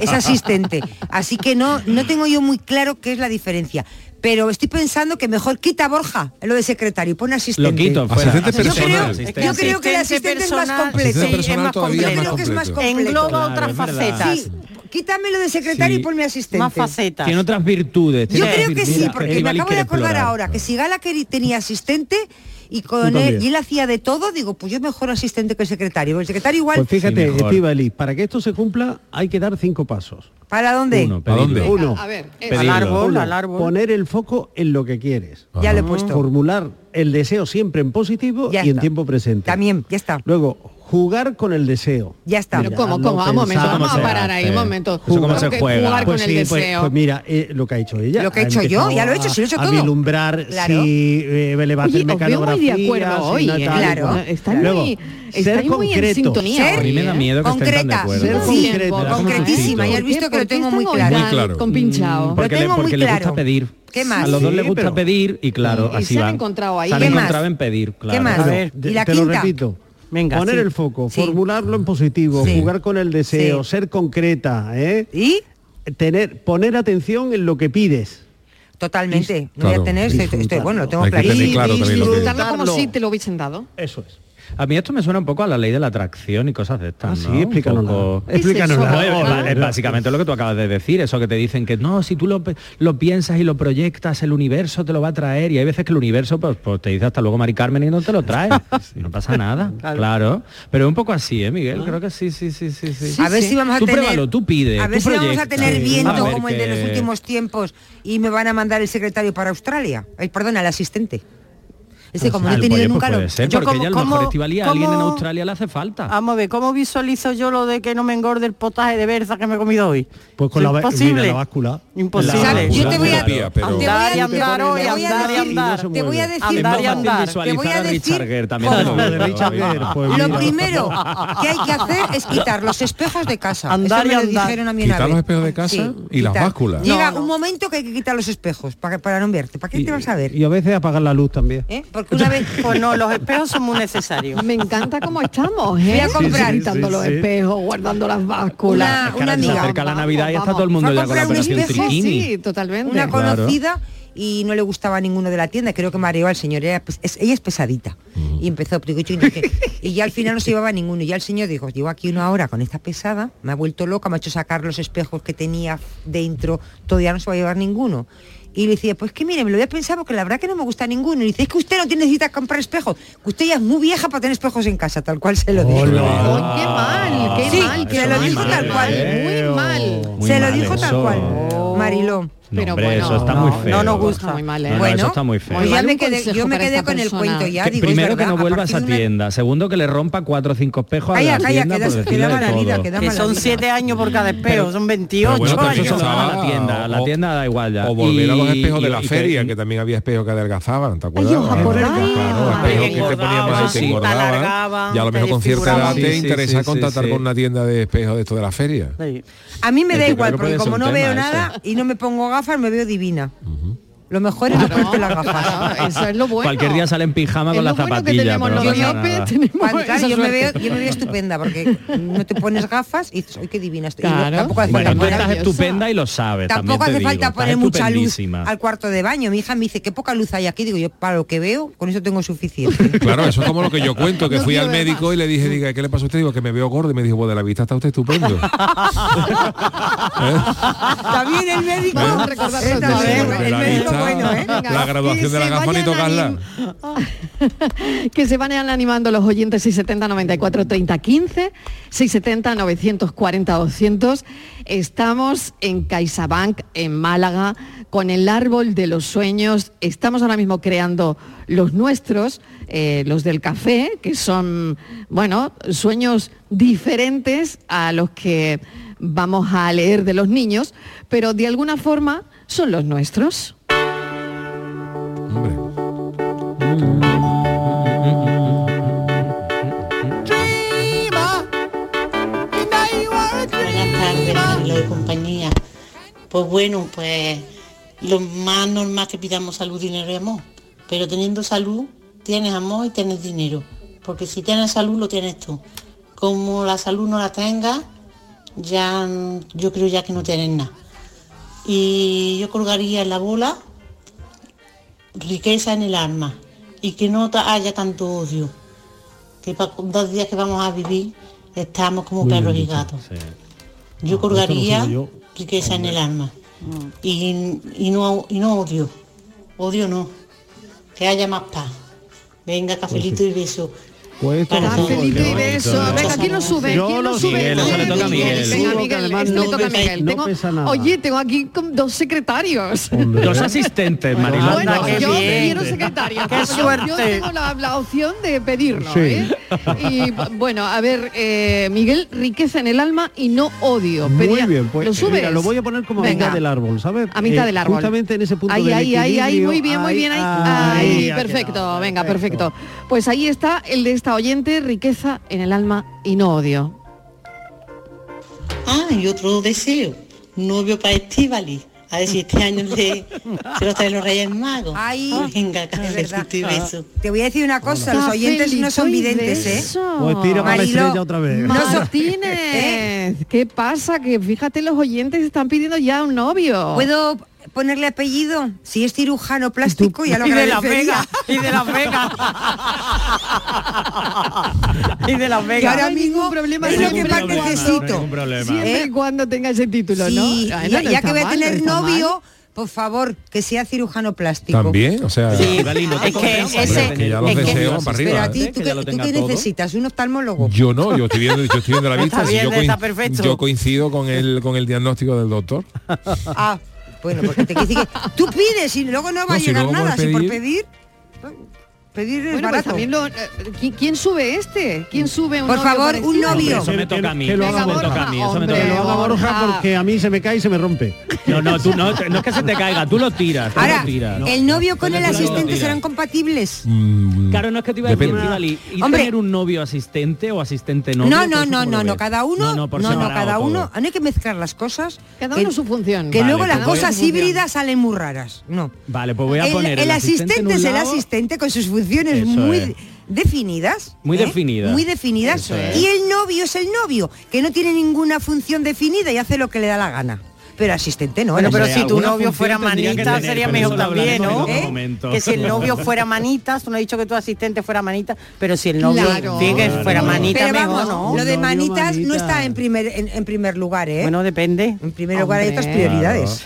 Speaker 8: es asistente. Así que no, no tengo yo muy claro qué es la diferencia. Pero estoy pensando que mejor quita Borja lo de secretario y pone asistente.
Speaker 6: Lo quito, fuera.
Speaker 8: Yo
Speaker 4: Asistente
Speaker 8: creo,
Speaker 4: personal.
Speaker 6: Asistente.
Speaker 8: yo creo que el asistente es más completo.
Speaker 4: Asistente personal todavía es más
Speaker 8: Yo creo que es más
Speaker 4: completo.
Speaker 8: completo.
Speaker 6: Claro,
Speaker 7: Engloba otras
Speaker 6: es verdad.
Speaker 7: facetas,
Speaker 8: Sí, quítame lo de secretario
Speaker 6: Sí.
Speaker 8: y ponme asistente.
Speaker 7: más facetas.
Speaker 6: Tiene otras virtudes.
Speaker 8: Yo
Speaker 6: tiene otras
Speaker 8: creo que sí,
Speaker 6: virtudes.
Speaker 8: porque me
Speaker 6: Estíbaliz
Speaker 8: acabo de
Speaker 6: quiere
Speaker 8: acordar
Speaker 6: explorar.
Speaker 8: ahora que si Gala queri- tenía asistente y con
Speaker 5: Tú
Speaker 8: él,
Speaker 5: también.
Speaker 8: y él hacía de todo, digo, pues yo mejor asistente que secretario. El secretario igual,
Speaker 5: Pues fíjate,
Speaker 6: Sí, mejor.
Speaker 5: Estíbaliz, para que esto se cumpla hay que dar cinco pasos.
Speaker 8: ¿para dónde?
Speaker 6: Uno,
Speaker 4: ¿A dónde?
Speaker 6: pedirlo.
Speaker 5: Uno.
Speaker 2: A ver, eh, eso.
Speaker 6: Pedí-
Speaker 7: al
Speaker 6: Pedidlo.
Speaker 7: árbol,
Speaker 5: Uno,
Speaker 7: al árbol.
Speaker 5: Poner el foco en lo que quieres.
Speaker 8: Ya lo he puesto.
Speaker 5: Formular el deseo siempre en positivo
Speaker 8: Ya
Speaker 5: y en
Speaker 8: está.
Speaker 5: tiempo presente.
Speaker 8: También, ya está.
Speaker 5: Luego, jugar con el deseo.
Speaker 8: Ya está.
Speaker 2: Pero ¿cómo,
Speaker 5: Mira,
Speaker 2: cómo?
Speaker 5: lo
Speaker 2: Ah, Un momento,
Speaker 5: pensaba.
Speaker 2: vamos
Speaker 6: ¿Cómo
Speaker 2: a
Speaker 6: se
Speaker 2: parar ahí, un
Speaker 6: hace?
Speaker 2: momento.
Speaker 6: ¿Eso cómo
Speaker 2: Porque
Speaker 6: se juega?
Speaker 2: Jugar
Speaker 5: Pues
Speaker 2: con
Speaker 5: sí,
Speaker 2: el
Speaker 5: pues-
Speaker 2: deseo.
Speaker 5: Pues, mira, eh, lo que ha hecho ella.
Speaker 8: Lo que he
Speaker 5: ha
Speaker 8: hecho yo,
Speaker 5: empezado
Speaker 8: ya lo he hecho, sí lo he hecho
Speaker 5: a-
Speaker 8: todo.
Speaker 5: A vislumbrar
Speaker 8: Claro.
Speaker 5: si eh, le va
Speaker 2: Oye, os veo
Speaker 5: a hacer
Speaker 2: muy de
Speaker 5: mecanografía.
Speaker 2: acuerdo
Speaker 5: si
Speaker 2: hoy,
Speaker 5: no
Speaker 2: ¿eh?
Speaker 5: tal,
Speaker 8: Claro.
Speaker 5: cual.
Speaker 2: Estáis
Speaker 5: Luego,
Speaker 2: muy- estáis
Speaker 5: ser
Speaker 2: muy en
Speaker 5: concreto.
Speaker 2: sintonía. Ser-
Speaker 6: A mí me da miedo que estén tan de
Speaker 8: Concreta,
Speaker 6: acuerdo.
Speaker 5: ser
Speaker 2: Sí,
Speaker 5: concreta.
Speaker 2: ¿por qué?
Speaker 8: Concretísima,
Speaker 2: ¿Por
Speaker 8: ya has
Speaker 2: qué?
Speaker 8: visto que
Speaker 2: ¿Por
Speaker 8: lo
Speaker 2: qué
Speaker 8: tengo muy
Speaker 2: estamos
Speaker 8: claro.
Speaker 2: tan
Speaker 4: Muy claro.
Speaker 2: Compinchado.
Speaker 6: Porque,
Speaker 8: Lo
Speaker 6: le,
Speaker 8: tengo muy
Speaker 6: porque le
Speaker 8: claro.
Speaker 6: gusta pedir.
Speaker 8: ¿Qué más?
Speaker 6: A los dos
Speaker 5: Sí,
Speaker 6: les gusta
Speaker 5: pero-
Speaker 6: pedir y claro,
Speaker 2: Y
Speaker 6: así
Speaker 2: se han
Speaker 6: van.
Speaker 2: encontrado ahí.
Speaker 6: Se han
Speaker 8: ¿Qué más?
Speaker 6: encontrado en pedir, claro.
Speaker 8: más?
Speaker 5: Bueno,
Speaker 7: A ver,
Speaker 5: te-
Speaker 8: ¿y la
Speaker 5: te lo
Speaker 8: quinta?
Speaker 5: repito.
Speaker 7: Venga,
Speaker 5: Poner
Speaker 7: sí.
Speaker 5: el foco,
Speaker 8: Sí.
Speaker 5: formularlo en positivo,
Speaker 8: Sí.
Speaker 5: jugar con el deseo,
Speaker 8: Sí.
Speaker 5: ser concreta, ¿eh?
Speaker 8: Y
Speaker 5: Tener, poner atención en lo que pides.
Speaker 8: totalmente, no voy
Speaker 4: Claro.
Speaker 8: a tener, estoy, estoy- estoy- bueno, lo tengo
Speaker 4: Hay que tener
Speaker 8: clarísimo.
Speaker 4: claro también lo que-
Speaker 2: Disfrutarlo como
Speaker 5: Disfrutarlo.
Speaker 2: si te lo hubiesen dado.
Speaker 5: Eso es.
Speaker 6: A mí esto me suena un poco a la ley de la atracción y cosas de estas.
Speaker 5: Ah, sí,
Speaker 6: ¿no? Un
Speaker 5: explícanosla.
Speaker 6: poco-
Speaker 2: ¿Qué es
Speaker 5: Explícanosla.
Speaker 2: eso?
Speaker 6: No, es-
Speaker 5: Hola.
Speaker 6: es básicamente lo que tú acabas de decir, eso que te dicen que no, si tú lo, pe- lo piensas y lo proyectas, el universo te lo va a traer y hay veces que el universo pues, pues, te dice hasta luego Mari Carmen y no te lo trae. No pasa nada, claro. Pero un poco así, ¿eh,
Speaker 9: Ah.
Speaker 6: Miguel? Creo que sí, sí, sí, sí. sí.
Speaker 8: A ver si vamos a
Speaker 6: Tú
Speaker 8: tener.
Speaker 6: pruébalo, tú pide,
Speaker 8: A ver
Speaker 6: tú
Speaker 8: si vamos a
Speaker 6: proyecta.
Speaker 8: tener
Speaker 6: Sí.
Speaker 8: viento
Speaker 6: A ver
Speaker 8: como el de
Speaker 6: que-
Speaker 8: los últimos tiempos y me van a mandar el secretario para Australia. Ay, perdón, al asistente. Este, como no
Speaker 6: Ah,
Speaker 8: he tenido
Speaker 6: oye, pues
Speaker 8: nunca lo-
Speaker 6: puede ser,
Speaker 7: Yo
Speaker 6: porque
Speaker 7: como-
Speaker 6: ella a lo mejor
Speaker 7: como-
Speaker 6: Estivali, a alguien en
Speaker 7: como-
Speaker 6: Australia le hace falta.
Speaker 7: Vamos a ver, ¿cómo visualizo yo lo de que no me engorde el potaje de berza que me he comido hoy?
Speaker 5: Pues con la va-
Speaker 7: Imposible.
Speaker 5: mira, la báscula.
Speaker 7: Imposible.
Speaker 6: La
Speaker 8: ¿Sabes? Yo te voy a,
Speaker 4: Claro, pero-
Speaker 8: te voy a-
Speaker 7: Andar y andar
Speaker 8: te voy a
Speaker 7: hoy, andar y
Speaker 8: decir-
Speaker 7: andar.
Speaker 5: no se
Speaker 8: Te voy a
Speaker 5: mueve.
Speaker 8: decir
Speaker 6: Es más
Speaker 7: andar y
Speaker 8: cómo-
Speaker 6: fácil
Speaker 7: andar.
Speaker 8: Te voy
Speaker 6: visualizar
Speaker 8: a
Speaker 6: a
Speaker 8: decir
Speaker 6: Richard Gere también.
Speaker 8: cómo.
Speaker 6: te lo digo,
Speaker 5: Richard
Speaker 6: ¿eh?
Speaker 5: Gere, pues
Speaker 8: Lo
Speaker 5: mira.
Speaker 8: primero que hay que hacer es quitar los espejos de casa.
Speaker 7: Andar
Speaker 8: Eso me
Speaker 7: y
Speaker 8: lo
Speaker 7: andar.
Speaker 8: dijeron a mí una
Speaker 4: Quitar los
Speaker 8: vez.
Speaker 4: espejos de casa
Speaker 8: Sí,
Speaker 4: y las
Speaker 8: quitar.
Speaker 4: básculas.
Speaker 8: Llega
Speaker 7: No, no.
Speaker 8: un momento que hay que quitar los espejos para, para no verte. ¿Para qué te vas a ver?
Speaker 5: Y a veces apagar la luz también.
Speaker 8: ¿Eh? Porque una vez...
Speaker 7: Pues no, los espejos son muy necesarios.
Speaker 2: Me encanta cómo estamos, ¿eh?
Speaker 8: Voy a comprar.
Speaker 2: Quitando
Speaker 5: Sí,
Speaker 2: los
Speaker 5: sí, sí.
Speaker 2: espejos, guardando las básculas.
Speaker 8: Una-
Speaker 6: Es que ahora
Speaker 8: una
Speaker 6: se
Speaker 8: amiga.
Speaker 6: acerca la
Speaker 2: Vamos,
Speaker 6: Navidad y está
Speaker 2: vamos.
Speaker 6: todo el mundo
Speaker 8: Fue a
Speaker 6: ya con la
Speaker 8: comprar un
Speaker 6: operación
Speaker 8: espejo,
Speaker 6: Triquini.
Speaker 2: Sí, totalmente.
Speaker 8: una
Speaker 6: Claro.
Speaker 8: conocida y no le gustaba ninguno de la tienda, creo que mareó al señor, era, pues, es- ella es pesadita.
Speaker 6: Mm.
Speaker 8: Y empezó, pero yo no sé. y ya al final no se llevaba ninguno. Y ya el señor dijo, llevo aquí una hora con esta pesada, me ha vuelto loca, me ha hecho sacar los espejos que tenía dentro, todavía no se va a llevar ninguno. Y le decía, pues que mire, me lo había pensado porque la verdad que no me gusta ninguno. Y dice, es que usted no tiene necesita comprar espejos, que usted ya es muy vieja para tener espejos en casa, tal cual se lo dijo.
Speaker 2: Oh, qué mal, qué
Speaker 8: Sí,
Speaker 2: mal, qué
Speaker 8: se lo
Speaker 2: mal,
Speaker 8: dijo
Speaker 2: qué
Speaker 8: tal
Speaker 2: mal, ¿eh?
Speaker 8: cual.
Speaker 2: Muy mal.
Speaker 6: Muy
Speaker 8: se
Speaker 6: mal
Speaker 8: lo dijo tal
Speaker 6: eso.
Speaker 8: cual, Mariló.
Speaker 6: No,
Speaker 2: Pero
Speaker 6: hombre,
Speaker 2: bueno,
Speaker 6: eso está
Speaker 2: no,
Speaker 6: muy
Speaker 2: no
Speaker 6: feo.
Speaker 7: nos gusta.
Speaker 2: Está muy mal, ¿eh?
Speaker 6: No, no,
Speaker 8: bueno,
Speaker 6: eso está muy feo.
Speaker 8: pues ya
Speaker 2: Algún
Speaker 8: me quedé,
Speaker 2: consejo
Speaker 8: yo me
Speaker 2: para
Speaker 8: quedé
Speaker 2: esta
Speaker 8: con
Speaker 2: persona.
Speaker 8: el cuento ya.
Speaker 6: Que
Speaker 8: digo, es
Speaker 6: primero
Speaker 8: verdad,
Speaker 6: que no
Speaker 8: a
Speaker 6: vuelvas a
Speaker 8: partir de una-
Speaker 6: tienda, segundo que le rompa cuatro o cinco espejos
Speaker 8: Calla,
Speaker 6: a la
Speaker 8: calla,
Speaker 6: tienda
Speaker 8: que
Speaker 6: por
Speaker 8: das- que
Speaker 6: decirle
Speaker 8: da mala
Speaker 6: de
Speaker 8: vida,
Speaker 6: todo.
Speaker 8: que da
Speaker 7: Que son
Speaker 8: Maravilla.
Speaker 7: siete años por cada espejo, son 28
Speaker 4: Pero bueno,
Speaker 6: Pero eso
Speaker 4: Ocho
Speaker 6: se lo
Speaker 7: años.
Speaker 6: daba a la
Speaker 4: años.
Speaker 6: tienda, a la
Speaker 4: O-
Speaker 6: tienda da igual ya.
Speaker 4: O volver a los
Speaker 6: Y-
Speaker 4: espejos de
Speaker 6: y-
Speaker 4: la
Speaker 6: y que-
Speaker 4: feria, que también había espejos que adelgazaban, ¿te acuerdas?
Speaker 2: Ay, ¿os
Speaker 4: Claro,
Speaker 2: acordáis?
Speaker 4: Claro, espejos que te ponían
Speaker 7: Engordaban,
Speaker 4: más y te
Speaker 6: sí, te
Speaker 4: engordaban.
Speaker 7: alargaban,
Speaker 4: Y a lo
Speaker 7: te
Speaker 4: mejor con cierta edad
Speaker 7: desfiguraban.
Speaker 4: te
Speaker 6: Sí, sí,
Speaker 4: interesa
Speaker 6: sí, sí,
Speaker 4: contratar
Speaker 6: sí.
Speaker 4: con una tienda de espejos de esto de la feria.
Speaker 7: Sí.
Speaker 8: A mí me
Speaker 6: Es
Speaker 8: da
Speaker 6: que
Speaker 8: igual,
Speaker 6: creo
Speaker 8: porque
Speaker 6: que puede ser
Speaker 8: como
Speaker 6: un
Speaker 8: no
Speaker 6: tema
Speaker 8: veo
Speaker 6: ese.
Speaker 8: nada y no me pongo gafas, me veo divina. Lo mejor es no ponerte las gafas.
Speaker 6: Ah,
Speaker 2: Claro, eso es lo bueno.
Speaker 6: Cualquier día sale en pijama
Speaker 2: Es
Speaker 6: con
Speaker 2: lo
Speaker 6: las
Speaker 2: bueno que
Speaker 6: zapatillas.
Speaker 2: tenemos
Speaker 6: pero
Speaker 2: los
Speaker 6: no pasa
Speaker 2: miopes,
Speaker 6: nada.
Speaker 2: tenemos
Speaker 8: Cuando,
Speaker 2: esa
Speaker 8: claro, yo, me veo,
Speaker 2: suerte.
Speaker 8: yo me veo estupenda porque no te pones gafas y dices, uy, qué divina estoy. Y no-
Speaker 2: Claro.
Speaker 8: tampoco hace
Speaker 2: Bueno,
Speaker 8: falta
Speaker 6: Bueno, tú
Speaker 8: poner-
Speaker 6: estás
Speaker 2: maravillosa.
Speaker 6: estupenda y lo sabes. también
Speaker 8: Tampoco
Speaker 6: te
Speaker 8: hace
Speaker 6: digo,
Speaker 8: falta
Speaker 6: estás
Speaker 8: poner mucha luz
Speaker 6: estupendísima.
Speaker 8: al cuarto de baño. Mi hija me dice, qué poca luz hay aquí. Digo, yo para lo que veo, con eso tengo suficiente.
Speaker 4: Claro, eso es como lo que yo cuento, que
Speaker 2: No
Speaker 4: fui
Speaker 2: quiero
Speaker 4: al
Speaker 2: ver
Speaker 4: médico
Speaker 2: más.
Speaker 4: y le dije, diga, ¿qué le pasó a usted? Digo, que me veo gordo. Y me dijo, pues de la vista está usted estupendo. ¿eh?"
Speaker 8: También el médico.
Speaker 2: Vamos a recordarlo
Speaker 8: Eh,
Speaker 2: otra
Speaker 8: también,
Speaker 2: vez.
Speaker 8: el
Speaker 4: La
Speaker 8: médico
Speaker 4: vista,
Speaker 8: bueno, ¿eh?
Speaker 2: Venga,
Speaker 4: La graduación
Speaker 2: que
Speaker 4: de la
Speaker 2: se
Speaker 4: gafa ni
Speaker 2: vayan
Speaker 4: tocarla.
Speaker 2: Que se vayan animando los oyentes 670 94 30 15, 670 940 200. Estamos en CaixaBank, en Málaga, con el árbol de los sueños. Estamos ahora mismo creando los nuestros, eh, los del café, que son, bueno, sueños diferentes a los que vamos a leer de los niños, pero de alguna forma son los nuestros.
Speaker 4: Hombre.
Speaker 10: Buenas tardes, Manolo y compañía. Pues bueno, pues lo más normal es que pidamos salud, dinero y amor. Pero teniendo salud, tienes amor y tienes dinero. Porque si tienes salud, lo tienes tú. Como la salud no la tengas, ya mm, yo creo ya que no tienes nada. Y yo colgaría en la bola riqueza en el alma y que no ta- haya tanto odio. Que para dos días que vamos a vivir estamos como perros y gatos. Yo colgaría riqueza en el alma.
Speaker 2: Mm.
Speaker 10: Y, y no, y no odio. Odio no. Que haya más paz. Venga, cafelito y beso.
Speaker 5: Pues esto
Speaker 10: Para
Speaker 5: lo
Speaker 10: todos.
Speaker 5: tengo
Speaker 2: Cafelito y
Speaker 5: yo.
Speaker 2: beso. Venga, ¿quién lo sube?
Speaker 5: Yo
Speaker 2: ¿Quién lo
Speaker 5: lo
Speaker 2: sube?
Speaker 5: Miguel,
Speaker 6: eso le toca a Miguel.
Speaker 2: Venga,
Speaker 5: Seguro que
Speaker 2: Miguel,
Speaker 5: además
Speaker 2: este le
Speaker 5: no
Speaker 2: toca a
Speaker 5: pesa-
Speaker 2: Miguel.
Speaker 5: no
Speaker 2: Tengo-
Speaker 5: pesa nada.
Speaker 2: Oye, tengo aquí con dos secretarios.
Speaker 5: Hombre,
Speaker 6: Dos
Speaker 5: ¿eh?
Speaker 6: asistentes, Mariló.
Speaker 2: Bueno,
Speaker 7: qué
Speaker 2: yo
Speaker 7: bien.
Speaker 2: quiero secretario.
Speaker 7: Qué
Speaker 2: Yo- Yo
Speaker 7: suerte.
Speaker 2: tengo la, la opción de pedirlo.
Speaker 5: Sí.
Speaker 2: ¿eh? Y bueno, a ver, eh, Miguel, riqueza en el alma y no odio. Pedía-
Speaker 5: Muy bien, pues
Speaker 2: lo subes.
Speaker 5: mira, lo voy a poner como a
Speaker 2: Venga.
Speaker 5: mitad del árbol, ¿sabes? Eh,
Speaker 2: A mitad del árbol.
Speaker 5: Justamente en ese punto
Speaker 2: Ahí,
Speaker 5: del
Speaker 2: ahí, ahí, ahí,
Speaker 5: equilibrio,
Speaker 2: muy bien, muy
Speaker 5: ahí,
Speaker 2: bien, ahí.
Speaker 5: ahí,
Speaker 2: Ahí,
Speaker 5: ha
Speaker 2: perfecto,
Speaker 5: quedado,
Speaker 2: venga, perfecto. Pues ahí está el de esta oyente, riqueza en el alma y no odio.
Speaker 10: Ah, y otro deseo. Novio para Estivali. A ver si este año le, se lo traen los Reyes Magos.
Speaker 8: Ay,
Speaker 10: Venga,
Speaker 8: es verdad.
Speaker 10: cafelito y beso.
Speaker 8: Te voy a decir una cosa, los oyentes no son
Speaker 2: Cafelito y
Speaker 8: videntes, ¿eh?
Speaker 2: beso.
Speaker 5: Pues tira para la
Speaker 8: Mariló,
Speaker 5: estrella otra vez.
Speaker 8: no son-
Speaker 2: Martínez, ¿qué pasa? Que fíjate, los oyentes están pidiendo ya un novio.
Speaker 8: ¿Puedo ponerle apellido? Si es cirujano plástico, ya lo
Speaker 7: Y de Las
Speaker 8: agradecería.
Speaker 7: Vegas, y de Las Vegas. y de Las
Speaker 8: Que
Speaker 7: Vegas.
Speaker 8: ahora
Speaker 2: No hay ningún
Speaker 8: mismo
Speaker 2: problema,
Speaker 8: es
Speaker 2: no
Speaker 8: lo
Speaker 2: hay
Speaker 8: que
Speaker 2: ningún
Speaker 8: más
Speaker 2: problema,
Speaker 8: necesito.
Speaker 2: Siempre
Speaker 8: ¿eh?
Speaker 2: y cuando tenga ese título, ¿no?
Speaker 8: Sí,
Speaker 2: Ah, no,
Speaker 8: ya,
Speaker 2: no
Speaker 8: ya
Speaker 2: está
Speaker 8: que voy a
Speaker 2: mal,
Speaker 8: tener
Speaker 2: no está mal.
Speaker 8: novio, por favor, que sea cirujano plástico.
Speaker 4: También, o sea,
Speaker 6: Sí, Dalí, no te
Speaker 7: Es que
Speaker 6: convenzo,
Speaker 7: ese-
Speaker 6: hombre, que ya
Speaker 4: es
Speaker 6: los
Speaker 4: que-
Speaker 6: deseos para
Speaker 8: Pero
Speaker 4: arriba,
Speaker 8: a
Speaker 4: ¿eh?
Speaker 8: ti, ¿tú
Speaker 6: Que
Speaker 8: qué,
Speaker 6: ya lo
Speaker 8: tú
Speaker 6: tenga
Speaker 8: qué
Speaker 6: todo.
Speaker 8: necesitas? ¿Un oftalmólogo?
Speaker 4: yo no, yo estoy viendo, yo estoy viendo la vista.
Speaker 7: Está
Speaker 4: si yo,
Speaker 7: bien, está
Speaker 4: coin-
Speaker 7: perfecto.
Speaker 4: yo coincido con el con el diagnóstico del doctor.
Speaker 8: Ah, bueno, porque te quiero decir que tú pides y luego no va a
Speaker 4: No, si
Speaker 8: llegar
Speaker 4: luego por
Speaker 8: nada. Si por pedir,
Speaker 4: pedir-
Speaker 8: pedir es
Speaker 2: Bueno, pues
Speaker 8: barato.
Speaker 2: también lo, eh, ¿qui- ¿quién sube este? ¿Quién sube un
Speaker 8: Por
Speaker 2: novio
Speaker 8: favor, un
Speaker 2: parecido?
Speaker 8: novio.
Speaker 6: Eso me toca a mí.
Speaker 5: Que lo
Speaker 6: eso
Speaker 5: haga
Speaker 6: me
Speaker 5: Borja,
Speaker 6: toca a mí. Eso me
Speaker 2: hombre.
Speaker 5: Que
Speaker 6: toca
Speaker 5: lo haga Borja
Speaker 2: Borja.
Speaker 5: porque a mí se me cae y se me rompe.
Speaker 6: No, no, tú no, no es que se te caiga, tú lo tiras, tú
Speaker 8: Ahora,
Speaker 6: lo tiras.
Speaker 8: el novio con
Speaker 6: Tú
Speaker 8: el
Speaker 6: lo
Speaker 8: asistente
Speaker 6: tiras.
Speaker 8: serán compatibles.
Speaker 4: Mm,
Speaker 6: Claro, no es que te iba a decir,
Speaker 4: depende.
Speaker 6: Dalí, ¿y
Speaker 8: Hombre.
Speaker 6: tener un novio asistente o asistente novio?
Speaker 8: No,
Speaker 6: ¿Tú
Speaker 8: no,
Speaker 6: eso
Speaker 8: no,
Speaker 6: cómo lo
Speaker 8: no, no,
Speaker 6: ves?
Speaker 8: cada uno, no,
Speaker 6: por
Speaker 8: no,
Speaker 6: separado
Speaker 8: cada
Speaker 6: todo.
Speaker 8: uno, no hay que mezclar las cosas.
Speaker 2: Cada
Speaker 8: que-
Speaker 2: uno su función.
Speaker 8: Que
Speaker 6: Vale, pues
Speaker 8: luego las
Speaker 6: cada uno
Speaker 8: cosas
Speaker 2: su función.
Speaker 8: híbridas salen muy raras. No.
Speaker 6: Vale, pues voy a
Speaker 8: el,
Speaker 6: poner
Speaker 8: el asistente,
Speaker 6: en un
Speaker 8: es el
Speaker 6: lado.
Speaker 8: asistente con sus funciones
Speaker 6: Eso
Speaker 8: muy
Speaker 6: es.
Speaker 8: definidas. ¿eh?
Speaker 6: Muy definidas.
Speaker 8: Muy definidas.
Speaker 6: Eso es.
Speaker 8: Y el novio es el novio, que no tiene ninguna función definida y hace lo que le da la gana. Pero asistente no. ¿eh?
Speaker 7: Bueno,
Speaker 8: el
Speaker 7: pero
Speaker 6: Hombre,
Speaker 7: si tu
Speaker 6: alguna
Speaker 7: novio
Speaker 6: función
Speaker 7: fuera
Speaker 8: pues
Speaker 6: tendría que
Speaker 7: manita
Speaker 6: tener,
Speaker 7: sería
Speaker 6: pero
Speaker 7: mejor
Speaker 6: eso lo
Speaker 7: también,
Speaker 6: hablaremos
Speaker 7: ¿no?
Speaker 6: en otro
Speaker 8: ¿Eh?
Speaker 6: momento.
Speaker 7: Que si el novio fuera manita, tú no has dicho que tu asistente fuera manita, pero si el novio
Speaker 2: Claro.
Speaker 7: sí, que
Speaker 2: Claro.
Speaker 7: fuera manita
Speaker 8: Pero
Speaker 7: mejor,
Speaker 8: vamos,
Speaker 7: ¿no?
Speaker 8: lo de
Speaker 5: Novio,
Speaker 8: manitas no
Speaker 5: manita.
Speaker 8: está en primer, en, en primer lugar, ¿eh?
Speaker 7: Bueno, depende.
Speaker 8: en primer lugar hay otras
Speaker 2: Hombre.
Speaker 8: prioridades.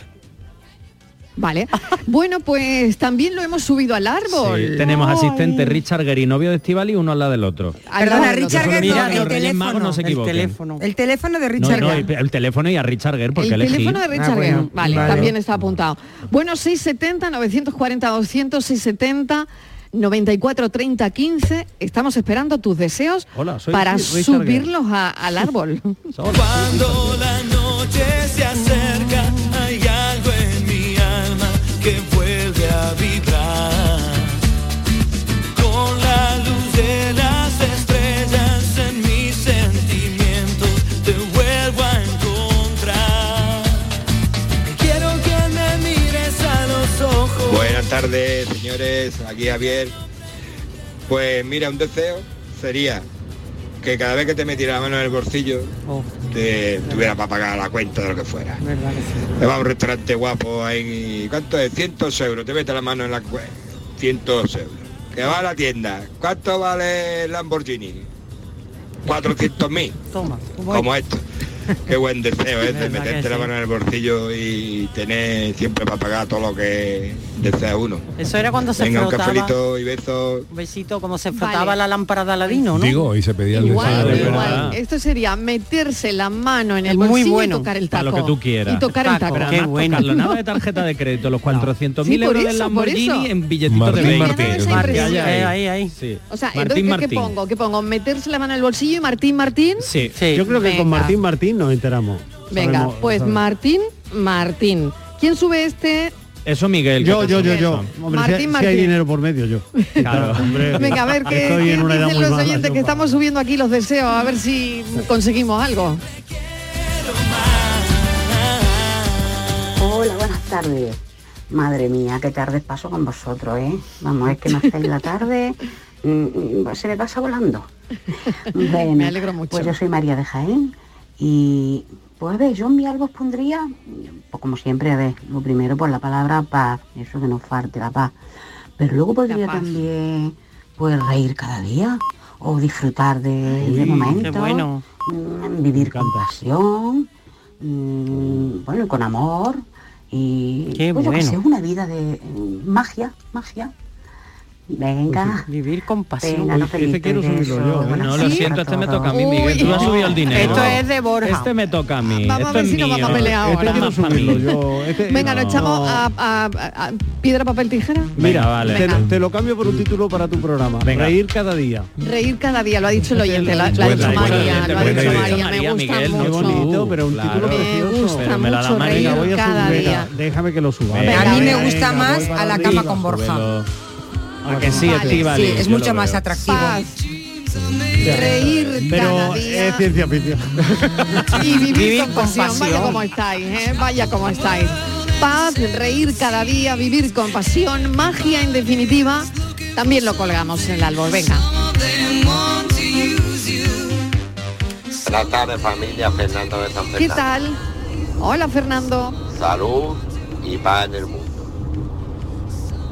Speaker 2: Vale. Bueno, pues también lo hemos subido al árbol.
Speaker 6: Sí, tenemos asistente Richard Gary, novio de Estivali, uno al lado del otro.
Speaker 2: Al
Speaker 8: Perdona,
Speaker 2: lado del
Speaker 8: Richard
Speaker 2: otro.
Speaker 8: Gere,
Speaker 6: Mira,
Speaker 8: no,
Speaker 6: que
Speaker 8: el
Speaker 6: los Reyes
Speaker 8: teléfono,
Speaker 6: Magos no se
Speaker 7: El
Speaker 6: equivoquen.
Speaker 7: teléfono.
Speaker 8: El teléfono de
Speaker 6: No,
Speaker 8: Richard
Speaker 6: no,
Speaker 8: Gere.
Speaker 6: el el teléfono y a Richard Gere, porque
Speaker 2: el
Speaker 6: elegí.
Speaker 2: teléfono de Richard
Speaker 8: Ah,
Speaker 2: Gere.
Speaker 8: bueno,
Speaker 2: vale,
Speaker 8: vale.
Speaker 2: también está apuntado. Bueno, 670 940 200 670 94 30 15. Estamos esperando tus deseos
Speaker 6: Hola, soy
Speaker 2: para
Speaker 6: Richard Gere.
Speaker 2: subirlos a- al árbol.
Speaker 3: Cuando la noche se acerca, hay algo en mi alma que vuelve a vibrar. Con la luz de las estrellas en mis sentimientos te vuelvo a encontrar. Quiero que me mires a los ojos.
Speaker 11: señores, aquí Javier. Pues mira, un deseo sería que cada vez que te metiera la mano en el bolsillo, te tuviera para pagar la cuenta de lo que fuera.
Speaker 7: Oh, Verdad que sí.
Speaker 11: Te vas a un restaurante guapo ahí, ¿cuánto es? 100 euros, te mete la mano en la cuenta, 100 euros. Que va a la tienda, ¿cuánto vale el Lamborghini? 400 mil,
Speaker 7: Toma.
Speaker 11: como esto. Qué buen deseo es de
Speaker 7: Verdad que
Speaker 11: meterte la
Speaker 7: sí.
Speaker 11: mano en el bolsillo y tener siempre para pagar todo lo que desea uno.
Speaker 7: Eso era cuando se
Speaker 11: Venga, un
Speaker 7: frotaba.
Speaker 11: cafelito y besos.
Speaker 7: Un besito, como se frotaba la lámpara de Aladino, ¿no?
Speaker 4: Digo, y se pedía el
Speaker 2: Igual,
Speaker 4: desayuno.
Speaker 6: Ah.
Speaker 2: igual. Esto sería meterse la mano en el
Speaker 7: Es muy
Speaker 2: bolsillo
Speaker 7: bueno,
Speaker 2: y tocar el
Speaker 6: Para
Speaker 2: taco.
Speaker 6: lo que tú quieras.
Speaker 2: Y tocar el
Speaker 7: Taco,
Speaker 2: taco.
Speaker 6: Pero
Speaker 7: Qué
Speaker 6: además
Speaker 7: bueno.
Speaker 6: tocarlo, nada de tarjeta de crédito, los 400.000
Speaker 2: Sí, por
Speaker 6: euros
Speaker 2: eso,
Speaker 6: del
Speaker 2: por
Speaker 6: Lamborghini
Speaker 2: eso.
Speaker 6: en billetitos
Speaker 4: Martín
Speaker 6: de 20.
Speaker 2: Martín. Me da esa
Speaker 6: Martín,
Speaker 2: impresión.
Speaker 6: ahí, ahí,
Speaker 7: Ahí, ahí.
Speaker 6: Sí.
Speaker 2: O sea,
Speaker 6: Martín,
Speaker 2: entonces,
Speaker 6: Martín.
Speaker 2: ¿qué pongo? ¿Qué pongo? ¿Meterse la mano en el bolsillo y Martín, Martín?
Speaker 6: Sí.
Speaker 7: Sí.
Speaker 5: Yo creo que con
Speaker 2: Venga.
Speaker 5: Martín Martín nos enteramos.
Speaker 2: Venga,
Speaker 5: Sabemos-
Speaker 2: pues
Speaker 5: sabemos.
Speaker 2: Martín, Martín. ¿Quién sube este?
Speaker 6: Eso Miguel.
Speaker 5: Yo,
Speaker 6: que-
Speaker 5: yo, yo, yo. Hombre, si-
Speaker 2: Martín,
Speaker 5: si, hay
Speaker 2: Martín.
Speaker 5: dinero por medio, yo.
Speaker 6: Claro.
Speaker 5: Hombre,
Speaker 2: Venga, a ver qué,
Speaker 5: Estoy
Speaker 2: qué
Speaker 5: en
Speaker 2: dicen
Speaker 5: una edad muy
Speaker 2: los
Speaker 5: mala,
Speaker 2: oyentes
Speaker 5: yo,
Speaker 2: que
Speaker 5: pa-
Speaker 2: estamos subiendo aquí los deseos, a ver si conseguimos algo.
Speaker 12: Hola, buenas tardes. Madre mía, qué tarde paso con vosotros, ¿eh? Vamos, es que me hacéis la tarde, mm, mm, se me pasa volando. Bueno,
Speaker 2: Me alegro mucho.
Speaker 12: Pues yo soy María de Jaén y, pues a ver, yo en mi árbol pondría, mm, pues como siempre, a ver, lo primero por la palabra paz, eso que nos falte, la paz. Pero luego podría
Speaker 2: paz.
Speaker 12: también, pues, reír cada día o disfrutar de,
Speaker 13: né?
Speaker 12: de
Speaker 7: Qué
Speaker 12: momentos.
Speaker 13: então,
Speaker 7: bueno.
Speaker 12: Mm, vivir con
Speaker 5: encanta.
Speaker 12: pasión, mm, bueno, y con amor y
Speaker 7: Qué
Speaker 12: pues, yo qué
Speaker 7: bueno.
Speaker 12: sé, una vida de mm, magia, magia. Venga,
Speaker 7: Vivir con pasión.
Speaker 12: venga, no
Speaker 5: Uy, ese quiero subirlo yo, ¿eh?
Speaker 6: No, lo siento, este me toca a mí, Miguel.
Speaker 2: Uy.
Speaker 6: Tú has subido el dinero.
Speaker 7: Esto es de Borja.
Speaker 6: Este me toca a mí.
Speaker 2: Vamos a
Speaker 6: esto
Speaker 2: ver
Speaker 6: es
Speaker 2: si nos vamos a
Speaker 6: mío.
Speaker 2: pelear
Speaker 5: Este
Speaker 2: ahora.
Speaker 5: quiero
Speaker 6: Para mí.
Speaker 5: subirlo yo. Este-
Speaker 2: Venga, nos
Speaker 5: no.
Speaker 2: echamos a, a- a- a piedra, papel, tijera.
Speaker 6: Mira,
Speaker 5: Mira,
Speaker 6: vale.
Speaker 5: te, lo-
Speaker 2: Venga.
Speaker 5: te lo cambio por un título para tu programa.
Speaker 6: Venga.
Speaker 5: Reír cada día.
Speaker 2: Reír cada día, lo ha dicho el oyente, lo, ha- lo ha dicho
Speaker 4: Buena idea,
Speaker 2: María, lo ha
Speaker 4: buena idea.
Speaker 2: dicho
Speaker 4: Buena
Speaker 2: María, me
Speaker 6: idea,
Speaker 2: gusta
Speaker 6: Miguel,
Speaker 5: Qué
Speaker 6: no tú.
Speaker 2: mucho.
Speaker 5: bonito, pero un
Speaker 6: Claro.
Speaker 5: título
Speaker 6: Me
Speaker 5: precioso.
Speaker 2: gusta
Speaker 6: Pero me la da
Speaker 2: mucho
Speaker 6: María.
Speaker 2: reír
Speaker 5: Venga, voy a
Speaker 2: cada
Speaker 5: subir.
Speaker 2: día.
Speaker 5: déjame que lo suba.
Speaker 6: Venga,
Speaker 8: A mí me
Speaker 6: venga,
Speaker 8: gusta
Speaker 5: venga,
Speaker 8: más
Speaker 5: voy
Speaker 8: a la
Speaker 5: para
Speaker 8: cama
Speaker 5: arriba.
Speaker 8: con Borja.
Speaker 6: Súbelo. A que sí,
Speaker 2: Vale,
Speaker 6: Estíbaliz?
Speaker 8: Sí, es
Speaker 6: Yo
Speaker 8: mucho
Speaker 6: lo
Speaker 8: más
Speaker 6: veo.
Speaker 8: atractivo.
Speaker 2: Paz, reír cada
Speaker 5: Pero eh,
Speaker 2: día.
Speaker 5: es ciencia ficción.
Speaker 2: y vivir,
Speaker 7: Vivir
Speaker 2: con
Speaker 7: con
Speaker 2: pasión. Vaya
Speaker 7: pasión.
Speaker 2: como estáis, ¿eh? vaya como estáis. Paz, reír cada día, vivir con pasión, magia en definitiva. También lo colgamos en el árbol, venga.
Speaker 14: Buenas tardes familia, Fernando de San Fernando.
Speaker 2: ¿Qué tal? Hola Fernando.
Speaker 14: Salud y paz en el mundo.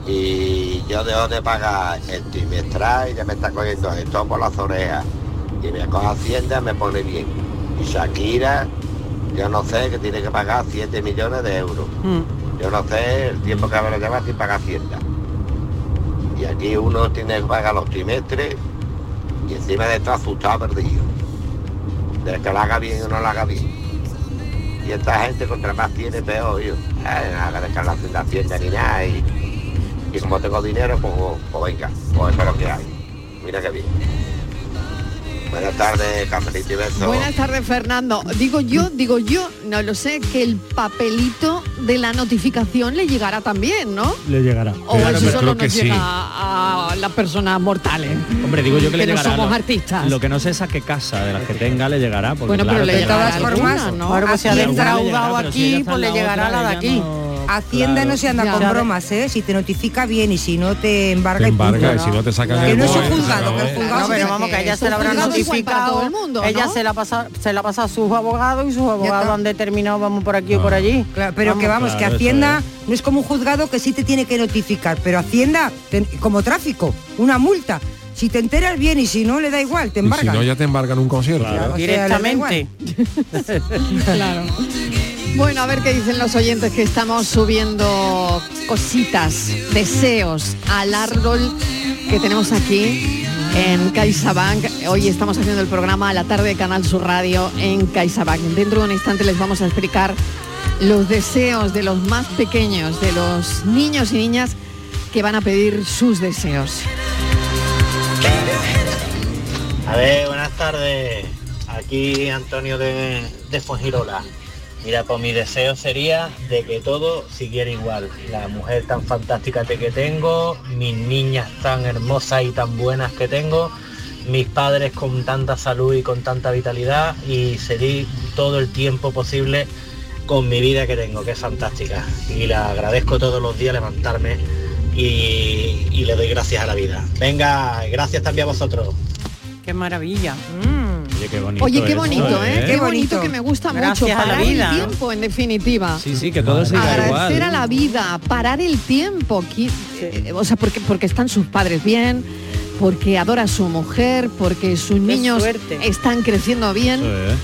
Speaker 14: Y yo dejo de pagar el trimestral y ya me está cogiendo esto por las orejas. Y me coge Hacienda me pone bien. Y Shakira, yo no sé, que tiene que pagar 7 millones de euros. Yo no sé el tiempo que habrá llevado sin pagar Hacienda. Y aquí uno tiene que pagar los trimestres y encima de esto asustado perdido. De que lo haga bien o no lo haga bien. Y esta gente contra más tiene peor, yo. Ay, no haga dejar la hacienda hacienda ni nada. Y, y como tengo dinero, pues, pues venga, pues eso es lo que hay. Mira qué bien. Buenas tardes, cafelito y besos.
Speaker 2: Buenas tardes Fernando. Digo yo, digo yo, no lo sé, que el papelito de la notificación le llegará también, ¿no?
Speaker 5: Le llegará.
Speaker 2: O
Speaker 4: Claro,
Speaker 2: eso
Speaker 4: pero
Speaker 2: solo
Speaker 4: creo que
Speaker 2: nos
Speaker 4: sí.
Speaker 2: llega a, a las personas mortales.
Speaker 6: Hombre, digo yo que, le
Speaker 2: Que no
Speaker 6: llegará.
Speaker 2: somos
Speaker 6: lo-
Speaker 2: artistas.
Speaker 6: Lo que no sé es a qué casa de las que tenga le llegará. Porque
Speaker 2: Bueno, pero
Speaker 6: claro,
Speaker 2: le
Speaker 8: De
Speaker 2: llegará
Speaker 8: todas
Speaker 2: alguna,
Speaker 8: formas,
Speaker 2: ¿no?
Speaker 7: Ahora pues se ha
Speaker 8: Hacienda-
Speaker 7: defraudado
Speaker 6: Pero si ella
Speaker 7: aquí,
Speaker 6: está
Speaker 7: pues
Speaker 6: en
Speaker 7: le
Speaker 6: la
Speaker 7: llegará
Speaker 6: otra,
Speaker 7: la de
Speaker 6: ella
Speaker 7: aquí.
Speaker 6: no-
Speaker 8: Hacienda
Speaker 6: Claro.
Speaker 8: no se anda
Speaker 2: Ya.
Speaker 8: con bromas, ¿eh? Si te notifica bien y si no te embarga,
Speaker 4: Te
Speaker 8: y punto.
Speaker 4: embarga, y si no te sacan
Speaker 8: Que
Speaker 4: el
Speaker 8: no es
Speaker 4: BOE,
Speaker 8: un juzgado, que el
Speaker 4: ¿no?
Speaker 8: juzgado se
Speaker 7: No, pero
Speaker 8: tiene
Speaker 7: vamos, que ella se la habrá
Speaker 2: juzgado es igual para
Speaker 7: notificado.
Speaker 2: todo el mundo, ¿no?
Speaker 7: Ella se la pasa, se la pasa a sus abogados y sus abogados
Speaker 8: está.
Speaker 7: han determinado vamos por aquí o
Speaker 4: Ah,
Speaker 7: por allí.
Speaker 8: Claro, pero que vamos,
Speaker 6: claro, eso
Speaker 8: que Hacienda no es como un juzgado que sí te tiene que notificar, pero Hacienda, te- como tráfico, una multa. Si te enteras bien y si no, le da igual, te
Speaker 4: Y si
Speaker 8: embargan.
Speaker 4: no, ya te embargan un concierto.
Speaker 8: Claro. sea, le da
Speaker 7: Directamente.
Speaker 2: Claro. Bueno, a ver qué dicen los oyentes que estamos subiendo cositas, deseos al árbol que tenemos aquí en CaixaBank. Hoy estamos haciendo el programa a la tarde de Canal Sur Radio en CaixaBank. Dentro de un instante les vamos a explicar los deseos de los más pequeños, de los niños y niñas que van a pedir sus deseos.
Speaker 14: A ver, buenas tardes. Aquí Antonio de, de Fuengirola. Mira, pues mi deseo sería de que todo siguiera igual. La mujer tan fantástica te- que tengo, mis niñas tan hermosas y tan buenas que tengo, mis padres con tanta salud y con tanta vitalidad y seguir todo el tiempo posible con mi vida que tengo, que es fantástica. Y la agradezco todos los días levantarme
Speaker 15: y, y le doy gracias a la vida. Venga, gracias también a vosotros.
Speaker 7: Qué maravilla.
Speaker 2: Mm.
Speaker 6: Oye, qué bonito.
Speaker 2: Oye, qué
Speaker 6: eso,
Speaker 2: bonito, ¿eh? Qué bonito que me gusta mucho.
Speaker 7: Gracias a la
Speaker 2: Parar
Speaker 7: vida,
Speaker 2: el
Speaker 7: ¿no?
Speaker 2: tiempo, en definitiva.
Speaker 6: Sí, sí, que todo siga
Speaker 2: Agradecer
Speaker 6: igual.
Speaker 2: a la vida, parar el tiempo. qui- eh, O sea, porque, porque están sus padres bien, porque adora a su mujer, porque sus niños
Speaker 7: suerte.
Speaker 2: están creciendo bien.
Speaker 6: Eso es.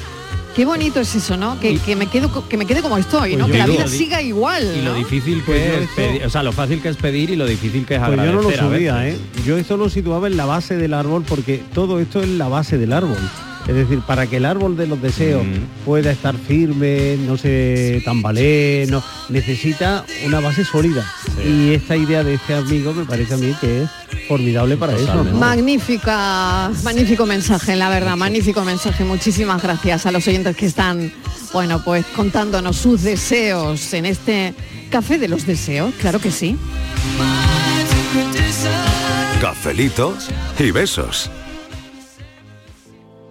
Speaker 2: Qué bonito es eso, ¿no? Que, que me quedo co- que me quede como estoy,
Speaker 6: Pues
Speaker 2: ¿no?
Speaker 6: yo
Speaker 2: que la
Speaker 6: digo-
Speaker 2: vida siga igual.
Speaker 6: Y
Speaker 2: ¿no?
Speaker 6: lo difícil que
Speaker 5: Pues yo
Speaker 6: es
Speaker 5: esto-
Speaker 6: pedir, o sea, lo fácil que es pedir y lo difícil que es
Speaker 5: Pues yo
Speaker 6: agradecer.
Speaker 5: no lo
Speaker 6: a pues. veces.
Speaker 5: subía, ¿eh? Yo esto lo situaba en la base del árbol porque todo esto es la base del árbol. Es decir, para que el árbol de los deseos
Speaker 6: Mm.
Speaker 5: pueda estar firme, no se tambalee, no, necesita una base sólida. Y esta idea de este amigo me parece a mí que es formidable para eso. ¿no?
Speaker 2: Magnífica, magnífico mensaje, la verdad, magnífico mensaje. Muchísimas gracias a los oyentes que están, bueno, pues contándonos sus deseos en este café de los deseos, claro que sí.
Speaker 1: Cafelito y besos.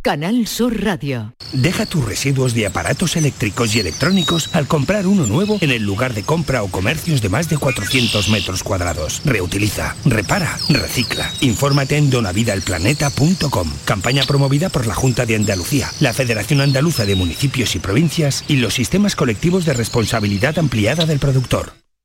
Speaker 16: Canal Sur Radio.
Speaker 17: Deja tus residuos de aparatos eléctricos y electrónicos al comprar uno nuevo en el lugar de compra o comercios de más de 400 metros cuadrados. Reutiliza, repara, recicla. Infórmate en donavidaelplaneta.com. Campaña promovida por la Junta de Andalucía, la Federación Andaluza de Municipios y Provincias y los sistemas colectivos de responsabilidad ampliada del productor.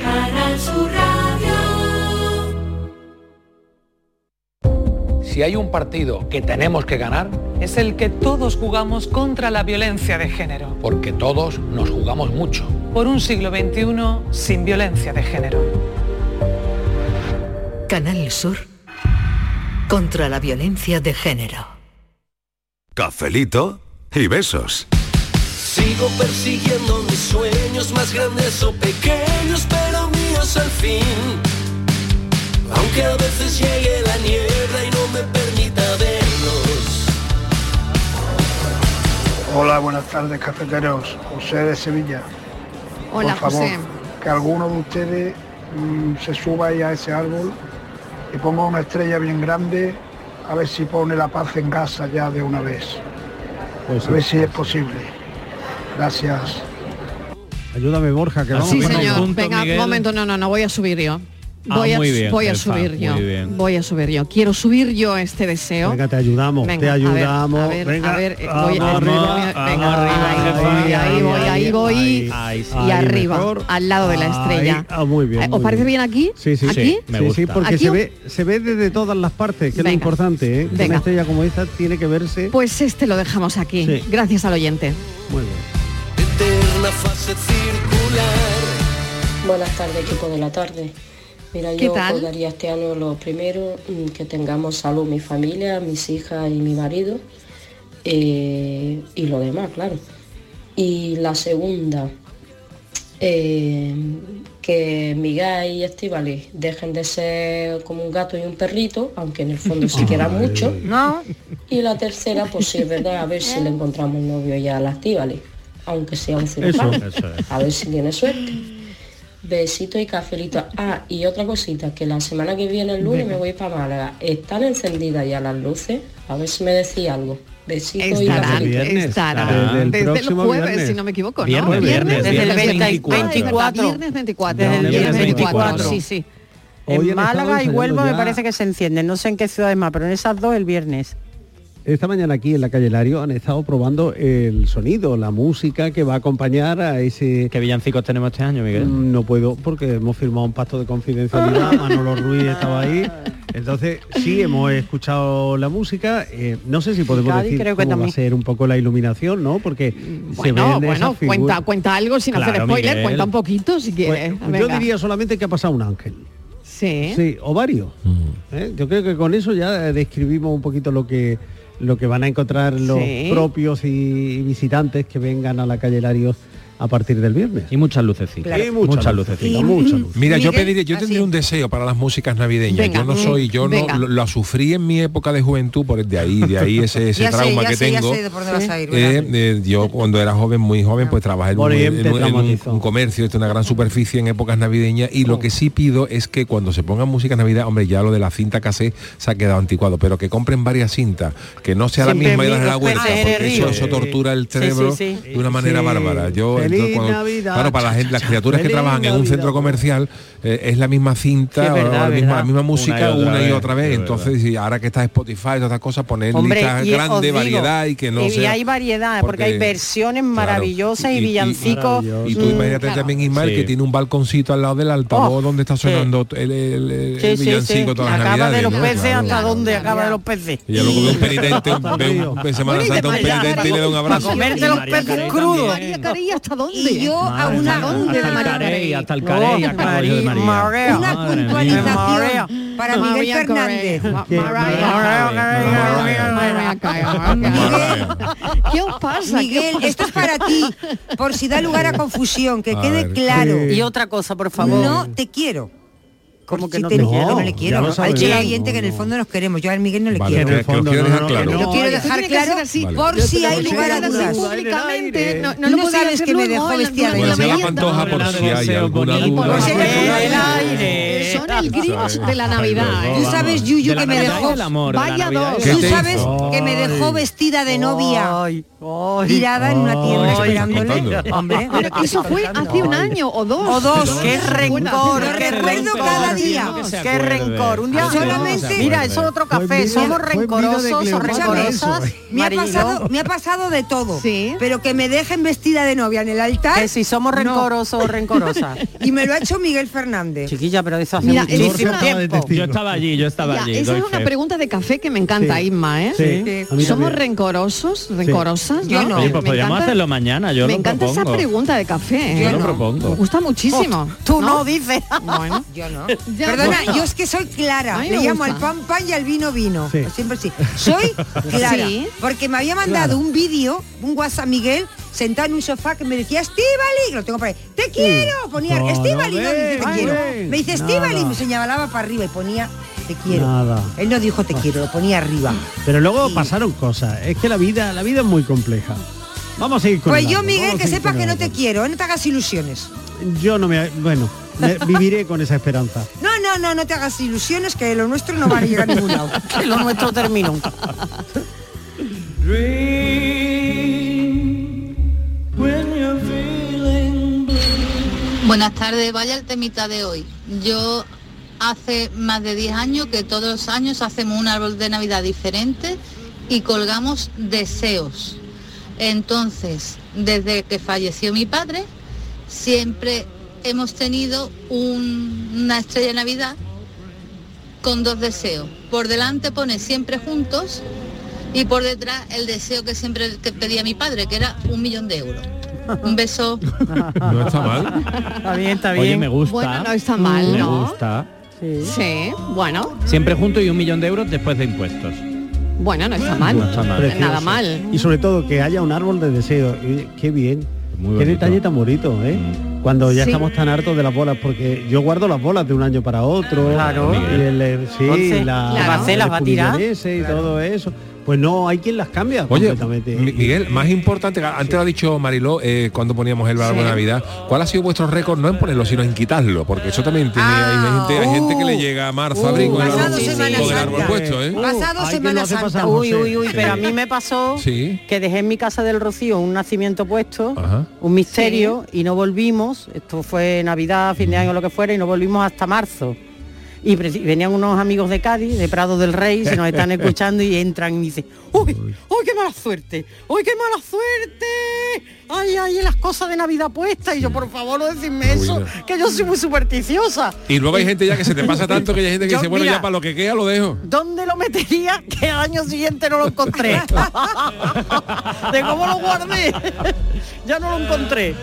Speaker 3: Canal Sur Radio.
Speaker 9: Si hay un partido que tenemos que ganar,
Speaker 18: Es el que todos jugamos contra la violencia de género,
Speaker 9: porque todos nos jugamos mucho.
Speaker 18: por un siglo XXI sin violencia de género.
Speaker 19: Canal Sur contra la violencia de género.
Speaker 1: Cafelito y besos.
Speaker 3: Sigo persiguiendo mis sueños más grandes o pequeños, pero míos al fin. Aunque a veces llegue la niebla y no me permita verlos.
Speaker 20: Hola, buenas tardes, cafeteros. José de Sevilla.
Speaker 2: Hola,
Speaker 20: Por favor,
Speaker 2: José.
Speaker 20: que alguno de ustedes mm, se suba ahí a ese árbol y ponga una estrella bien grande, a ver si pone la paz en casa ya de una vez.
Speaker 5: Pues sí.
Speaker 20: a ver si es posible. Gracias.
Speaker 5: Ayúdame Borja, que vamos
Speaker 2: Sí,
Speaker 5: bien
Speaker 2: señor.
Speaker 5: juntos,
Speaker 2: Venga,
Speaker 5: Miguel.
Speaker 2: un momento, no, no, no voy a subir yo. Voy, a,
Speaker 6: Ah, muy bien,
Speaker 2: voy a
Speaker 6: jefa,
Speaker 2: subir
Speaker 6: muy
Speaker 2: yo.
Speaker 6: bien.
Speaker 2: Voy a subir yo. Quiero subir yo este deseo.
Speaker 5: Venga, te ayudamos,
Speaker 2: Venga,
Speaker 5: te
Speaker 2: a ver,
Speaker 5: ayudamos.
Speaker 2: a ver,
Speaker 5: venga,
Speaker 2: a ver, eh,
Speaker 5: vamos
Speaker 2: voy-
Speaker 5: arriba, vamos arriba,
Speaker 2: Ahí, ahí voy, ahí voy. y arriba, al lado de la estrella. Eh,
Speaker 5: Ahí, ah, muy bien.
Speaker 2: ¿Os
Speaker 5: muy
Speaker 2: parece bien aquí?
Speaker 5: Sí, sí,
Speaker 2: ¿Aquí?
Speaker 5: sí. sí, sí, porque
Speaker 2: ¿Aquí?
Speaker 5: se ve, se ve desde todas las partes, que es lo importante, ¿eh? Que
Speaker 2: Venga.
Speaker 5: Una estrella como esta tiene que verse
Speaker 2: Pues este lo dejamos aquí.
Speaker 5: Sí.
Speaker 2: Gracias al oyente.
Speaker 5: muy bien.
Speaker 12: Eterna fase circular.
Speaker 21: Buenas tardes, equipo de la tarde. Mira,
Speaker 2: ¿Qué
Speaker 21: yo
Speaker 2: tal?
Speaker 21: daría este año lo primero, mm, que tengamos salud mi familia, mis hijas y mi marido, eh, y lo demás, claro. Y la segunda, eh, que Miguel y Estivali dejen de ser como un gato y un perrito, aunque en el fondo se quieran mucho.
Speaker 7: No.
Speaker 21: Y la tercera, pues sí, es verdad, a ver si le encontramos un novio ya a la Estivali, aunque sea un cirujano.
Speaker 12: eso es.
Speaker 21: A ver si tiene suerte. Besito y cafelito. Ah, y otra cosita, que la semana que viene, el lunes,
Speaker 2: Venga.
Speaker 21: me voy para Málaga. ¿Están encendidas ya las luces? A ver si me decía algo. Besito y
Speaker 2: Estarán,
Speaker 21: cafelito.
Speaker 2: estarán
Speaker 21: Desde el
Speaker 2: desde el
Speaker 21: próximo
Speaker 2: jueves,
Speaker 21: viernes.
Speaker 2: si no me equivoco,
Speaker 21: Viernes,
Speaker 2: ¿no?
Speaker 21: viernes,
Speaker 2: desde el
Speaker 21: viernes
Speaker 2: 24. Ah, es verdad,
Speaker 7: 24.
Speaker 2: viernes 24.
Speaker 7: Desde el
Speaker 2: Viernes
Speaker 7: viernes
Speaker 2: 24,
Speaker 7: 24.
Speaker 2: sí, sí.
Speaker 5: Hoy han
Speaker 7: en
Speaker 5: estado
Speaker 7: Málaga y
Speaker 5: ensayando
Speaker 7: Huelva
Speaker 5: ya.
Speaker 7: me parece que se encienden. No sé en qué ciudades más, pero en esas dos el viernes.
Speaker 5: Esta mañana aquí en la calle Lario han estado probando el sonido, la música que va a acompañar a ese...
Speaker 6: ¿Qué villancicos tenemos este año, Miguel?
Speaker 5: Mm, No puedo porque hemos firmado un pacto de confidencialidad, Manolo Ruiz estaba ahí. Entonces, sí, hemos escuchado la música. eh, no sé si podemos
Speaker 2: Cádiz
Speaker 5: decir
Speaker 2: creo que
Speaker 5: cómo va a
Speaker 2: también.
Speaker 5: ser un poco la iluminación, ¿no? Porque se ven
Speaker 2: Bueno,
Speaker 5: esas
Speaker 2: bueno,
Speaker 5: figuras.
Speaker 2: cuenta, cuenta algo sin hacer
Speaker 5: Claro,
Speaker 2: spoiler,
Speaker 5: Miguel.
Speaker 2: cuenta un poquito si quieres.
Speaker 5: Pues, Yo
Speaker 2: Venga.
Speaker 5: diría solamente que ha pasado un ángel.
Speaker 2: Sí.
Speaker 5: Sí, o varios.
Speaker 8: Mm.
Speaker 5: ¿eh? Yo creo que con eso ya eh, describimos un poquito lo que lo que van a encontrar los
Speaker 6: Sí.
Speaker 5: propios y visitantes que vengan a la calle Larios a partir del viernes.
Speaker 6: Y muchas lucecitas.
Speaker 5: Y muchas, lucecitas. muchas luces.
Speaker 4: Mira, yo pediré, yo tendría un deseo para las músicas navideñas.
Speaker 5: Venga,
Speaker 4: yo no
Speaker 5: mm,
Speaker 4: soy, yo no
Speaker 5: venga.
Speaker 4: lo, lo sufrí en mi época de juventud, por de ahí, de ahí ese, ese
Speaker 5: Ya sé,
Speaker 4: trauma
Speaker 5: ya
Speaker 4: que
Speaker 5: sé, ya
Speaker 4: tengo.
Speaker 5: sé de por dónde vas a ir,
Speaker 4: Eh, eh, yo cuando era joven, muy joven, pues trabajé en,
Speaker 5: Por
Speaker 4: un,
Speaker 5: ahí
Speaker 4: en un- en un-
Speaker 5: empezamos,
Speaker 4: un comercio, en una gran superficie en épocas navideñas. Y
Speaker 5: Oh.
Speaker 4: lo que sí pido es que cuando se pongan músicas navideñas, hombre, ya lo de la cinta casé se ha quedado anticuado, pero que compren varias cintas, que no sea la
Speaker 5: Siempre
Speaker 4: misma y las de la
Speaker 5: los
Speaker 4: huerta,
Speaker 5: peces en el
Speaker 4: porque eso,
Speaker 5: río.
Speaker 4: eso tortura el
Speaker 5: Sí, sí,
Speaker 4: cerebro
Speaker 5: sí.
Speaker 4: de una manera
Speaker 5: Sí.
Speaker 4: bárbara. Yo,
Speaker 5: Feliz
Speaker 4: entonces, cuando-
Speaker 5: Navidad,
Speaker 4: claro, para las,
Speaker 5: cha,
Speaker 4: gen- las criaturas que
Speaker 5: Feliz
Speaker 4: trabajan en un
Speaker 5: Navidad.
Speaker 4: centro comercial eh, es la misma cinta,
Speaker 5: Sí, es
Speaker 4: o
Speaker 5: verdad,
Speaker 4: la, misma,
Speaker 5: verdad.
Speaker 4: la misma música una y otra, vez.
Speaker 5: es
Speaker 4: Entonces, y ahora que está Spotify y todas estas cosas, poner
Speaker 7: Hombre,
Speaker 4: listas
Speaker 7: y os
Speaker 4: grandes,
Speaker 7: digo,
Speaker 4: variedad y que no
Speaker 7: y, y
Speaker 4: sea...
Speaker 7: hay variedad, porque,
Speaker 4: porque-
Speaker 7: hay versiones maravillosas y, villancicos.
Speaker 4: Y tú
Speaker 7: mm, Oh,
Speaker 4: imagínate también Ismael
Speaker 6: Sí.
Speaker 4: que tiene un balconcito al lado del altavoz donde está sonando el, el- el
Speaker 7: Sí, sí, sí.
Speaker 4: villancico todas las
Speaker 7: Acaba de
Speaker 4: navidades.
Speaker 7: los
Speaker 4: ¿no?
Speaker 7: peces
Speaker 4: Claro.
Speaker 7: hasta dónde acaba de los peces.
Speaker 4: Y ya luego ve un penitente, un- ve un,
Speaker 10: Pues
Speaker 4: ve Semana Santa, un penitente y le da un abrazo.
Speaker 7: Comerte los peces crudos.
Speaker 2: María Carey, ¿hasta dónde? Y
Speaker 8: yo
Speaker 6: a
Speaker 8: una-
Speaker 2: dónde la María
Speaker 6: Carey, hasta el Carey, acá rollo de María.
Speaker 8: Una
Speaker 6: Madre mía.
Speaker 8: puntualización para Miguel
Speaker 2: María
Speaker 8: Fernández.
Speaker 2: ¿Qué os pasa?
Speaker 8: Miguel, esto es para ti, por si da lugar a confusión, que
Speaker 7: A
Speaker 8: quede
Speaker 7: ver.
Speaker 8: claro.
Speaker 7: Y otra cosa, por favor.
Speaker 8: No te quiero. Como
Speaker 7: que no te
Speaker 8: te
Speaker 7: quiero?
Speaker 8: no le
Speaker 7: Ya
Speaker 8: quiero.
Speaker 7: lo
Speaker 8: Hay
Speaker 7: sabemos.
Speaker 8: que oyente que en el fondo nos queremos. Yo al Miguel no le
Speaker 4: Vale,
Speaker 8: quiero.
Speaker 4: que- que lo quiero dejar claro.
Speaker 8: Yo quiero dejar claro por si hay lugar a dudas.
Speaker 2: Públicamente, no, no
Speaker 8: Tú
Speaker 2: lo
Speaker 8: no
Speaker 2: podía
Speaker 8: sabes
Speaker 2: hacer
Speaker 8: que me
Speaker 2: luego en
Speaker 8: dejó
Speaker 2: la-
Speaker 8: vestida de
Speaker 2: durante
Speaker 4: Bueno,
Speaker 2: la
Speaker 4: Pues se la
Speaker 2: merienda.
Speaker 4: pantoja por si hay alguna duda.
Speaker 2: Son el Grinch de la Navidad.
Speaker 8: Tú sabes, Yuyu, que me dejó.
Speaker 2: Vaya dos.
Speaker 8: Tú sabes que me dejó vestida de novia. Tirada en una tienda esperándole. Hombre,
Speaker 2: Pero
Speaker 7: Ah,
Speaker 2: eso fue hace un año o dos.
Speaker 7: O dos,
Speaker 2: Pero
Speaker 7: qué
Speaker 2: no se
Speaker 7: rencor,
Speaker 2: acuerda.
Speaker 7: qué Recuerdo rencor, cada día. no que se Qué acuerde. rencor. Un día
Speaker 8: Ah, solamente.
Speaker 7: Mira, eso es otro café. Fue envidia- Somos fue envidia de rencorosos o Cleopatra rencorosas. eso, ¿eh?
Speaker 8: Me ha
Speaker 7: Marilo.
Speaker 8: pasado, me ha pasado de todo. Pero que me dejen vestida de novia en el altar.
Speaker 7: Que si somos
Speaker 8: no.
Speaker 7: rencorosos o rencorosas.
Speaker 8: y me lo ha hecho Miguel Fernández.
Speaker 7: Chiquilla, pero eso hace
Speaker 8: Mira,
Speaker 7: muchísimo
Speaker 8: esa-
Speaker 7: tiempo.
Speaker 6: Yo estaba allí, yo estaba
Speaker 2: Ya,
Speaker 6: allí.
Speaker 2: esa
Speaker 6: doy
Speaker 2: es una
Speaker 6: fe.
Speaker 2: pregunta de café que me encanta,
Speaker 6: Sí.
Speaker 2: Isma, ¿eh?
Speaker 6: Sí, Sí. a mí
Speaker 2: ¿Somos
Speaker 6: también.
Speaker 2: rencorosas, rencorosas?
Speaker 6: Sí. Oye, pues
Speaker 2: Me
Speaker 6: podríamos
Speaker 2: encanta-
Speaker 6: hacerlo mañana, yo
Speaker 2: me
Speaker 6: lo
Speaker 2: encanta
Speaker 6: propongo.
Speaker 2: esa pregunta de café. ¿eh?
Speaker 6: Yo lo propongo.
Speaker 2: Me gusta muchísimo.
Speaker 5: Oh,
Speaker 8: Oh, tú no
Speaker 7: dices.
Speaker 2: Bueno.
Speaker 8: Yo no.
Speaker 2: Ya,
Speaker 8: Perdona,
Speaker 2: bueno.
Speaker 8: yo es que soy clara.
Speaker 2: A mí
Speaker 8: Le
Speaker 2: me
Speaker 8: llamo
Speaker 2: gusta.
Speaker 8: al pan pan y al vino vino. Pues
Speaker 2: Sí.
Speaker 8: Siempre sí. Soy clara.
Speaker 2: Sí.
Speaker 8: Porque me había mandado
Speaker 2: Clara.
Speaker 8: un vídeo, un WhatsApp Miguel, sentado en un sofá que me decía, Estivali, lo tengo por ahí. Te quiero. Ponía
Speaker 5: No, no
Speaker 8: Estivali, no, dice,
Speaker 5: ves,
Speaker 8: te quiero.
Speaker 5: ves,
Speaker 8: Me dice
Speaker 5: nada.
Speaker 8: Estivali, me señalaba para arriba y ponía, te quiero.
Speaker 5: Nada. Ah.
Speaker 8: Él no dijo te quiero, lo ponía arriba.
Speaker 5: Pero luego pasaron cosas. Es que la vida, la vida es muy compleja. Vamos a ir con
Speaker 8: Pues
Speaker 5: el
Speaker 8: yo,
Speaker 5: álbum,
Speaker 8: Miguel,
Speaker 5: vamos a
Speaker 8: que
Speaker 5: ir
Speaker 8: sepas
Speaker 5: con
Speaker 8: que
Speaker 5: el
Speaker 8: no te quiero, ¿eh? no te hagas ilusiones.
Speaker 5: álbum. Yo no me, bueno, me- viviré con esa esperanza.
Speaker 8: No, no, no, no te hagas ilusiones que lo nuestro no va a llegar a ningún lado.
Speaker 7: Que lo nuestro termina.
Speaker 11: Buenas tardes, vaya el temita de hoy. Yo hace más de 10 años que todos los años hacemos un árbol de Navidad diferente y colgamos deseos. Entonces, desde que falleció mi padre, siempre hemos tenido un- una estrella de Navidad con dos deseos. Por delante pone siempre juntos y por detrás el deseo que siempre que pedía mi padre, que era un millón de euros. Un beso.
Speaker 10: No está mal.
Speaker 7: Está bien, está bien.
Speaker 6: Oye, me gusta.
Speaker 2: Bueno, no está mal,
Speaker 6: Me
Speaker 2: ¿no?
Speaker 6: gusta.
Speaker 2: Sí, bueno,
Speaker 6: Siempre junto y un millón de euros después de impuestos.
Speaker 2: bueno, no está mal.
Speaker 6: No está mal.
Speaker 5: Precioso.
Speaker 2: Nada mal.
Speaker 5: Y sobre todo que haya un árbol de deseo. Y Qué bien. Qué detalle tan bonito, ¿eh?
Speaker 10: Mm.
Speaker 5: Cuando ya
Speaker 2: Sí.
Speaker 5: estamos tan hartos de las bolas, porque yo guardo las bolas de un año para otro.
Speaker 7: Claro.
Speaker 5: Y el, eh, sí,
Speaker 7: Entonces,
Speaker 5: la,
Speaker 7: Claro. las va a hacer, las va a tirar.
Speaker 5: el espumillonese y todo eso. Pues no, hay quien las cambia
Speaker 10: Oye,
Speaker 5: completamente.
Speaker 10: Mi- Miguel, más importante, antes lo ha dicho Mariló eh, cuando poníamos el árbol de Navidad, ¿cuál ha sido vuestro récord? No en ponerlo, sino en quitarlo, porque eso también tiene, hay, gente, hay gente que le llega a marzo,
Speaker 7: Ah, uh,
Speaker 10: abril con el
Speaker 7: pasado
Speaker 10: árbol,
Speaker 7: Semana
Speaker 10: con el árbol
Speaker 7: Santa. Uh,
Speaker 10: puesto, ¿eh?
Speaker 7: Pasado
Speaker 5: Semana hace Santa. pasar,
Speaker 7: Uy,
Speaker 5: José.
Speaker 7: uy, uy, pero a
Speaker 5: Sí.
Speaker 7: mí me pasó
Speaker 5: Sí.
Speaker 7: que dejé en mi casa del Rocío un nacimiento puesto, un misterio, y no volvimos. Esto fue Navidad, fin de año, lo que fuera, y no volvimos hasta marzo. Y pre- y venían unos amigos de Cádiz, de Prado del Rey, se nos están escuchando y entran y dicen, ¡Uy, uy, qué mala suerte! ¡Uy, qué mala suerte! ¡Ay, ay, las cosas de Navidad puestas! Y yo, por favor, no decirme eso,
Speaker 10: Cuida.
Speaker 7: que yo soy muy supersticiosa.
Speaker 10: Y luego hay gente ya que se te pasa tanto que hay gente que
Speaker 7: Yo,
Speaker 10: dice, bueno,
Speaker 7: mira,
Speaker 10: ya para lo que queda lo dejo.
Speaker 7: ¿Dónde lo metería que al año siguiente no lo encontré? ¿De cómo lo guardé? ya no lo encontré.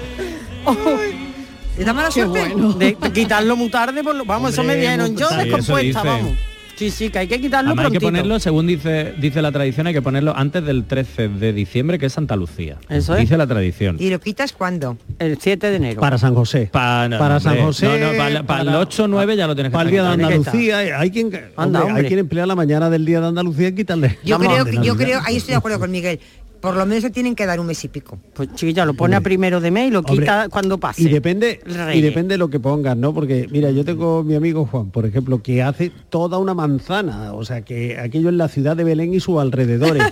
Speaker 7: ¿Te da mala
Speaker 8: suerte?
Speaker 7: De quitarlo muy tarde, por lo- vamos, eso
Speaker 6: Hombre,
Speaker 7: me dieron.
Speaker 6: muy
Speaker 7: Yo
Speaker 6: tarde. Sí, eso
Speaker 7: descompuesta,
Speaker 6: dicen.
Speaker 7: vamos. Sí, sí, que hay que quitarlo
Speaker 6: Además, hay que
Speaker 7: prontito.
Speaker 6: ponerlo, según dice dice la tradición, hay que ponerlo antes del 13 de diciembre, que es Santa Lucía.
Speaker 7: Eso es.
Speaker 6: Dice la tradición.
Speaker 8: ¿Y lo quitas cuándo?
Speaker 7: El 7 de enero.
Speaker 5: Para San José.
Speaker 6: Para,
Speaker 5: Para San José,
Speaker 6: No, no, para, para el 8 9 ya lo tienes que
Speaker 5: Para el Día de
Speaker 6: estar quitando.
Speaker 5: Andalucía, hay quien, hombre, hay
Speaker 6: hombre.
Speaker 5: quien emplea la mañana del Día de Andalucía y quitarle.
Speaker 8: Yo
Speaker 5: Vamos,
Speaker 8: creo,
Speaker 5: de
Speaker 8: que- yo
Speaker 5: Navidad.
Speaker 8: creo, ahí estoy de acuerdo con Miguel. Por lo menos se tienen que dar un mes y pico.
Speaker 7: Pues chiquilla, lo pone a primero de mes y lo
Speaker 5: Hombre,
Speaker 7: quita cuando pase.
Speaker 5: Y depende, y
Speaker 7: Reyes.
Speaker 5: depende lo que pongas, ¿no? Porque, mira, yo tengo mi amigo Juan, por ejemplo, que hace toda una manzana. O sea, que aquello en la ciudad de Belén y sus alrededores.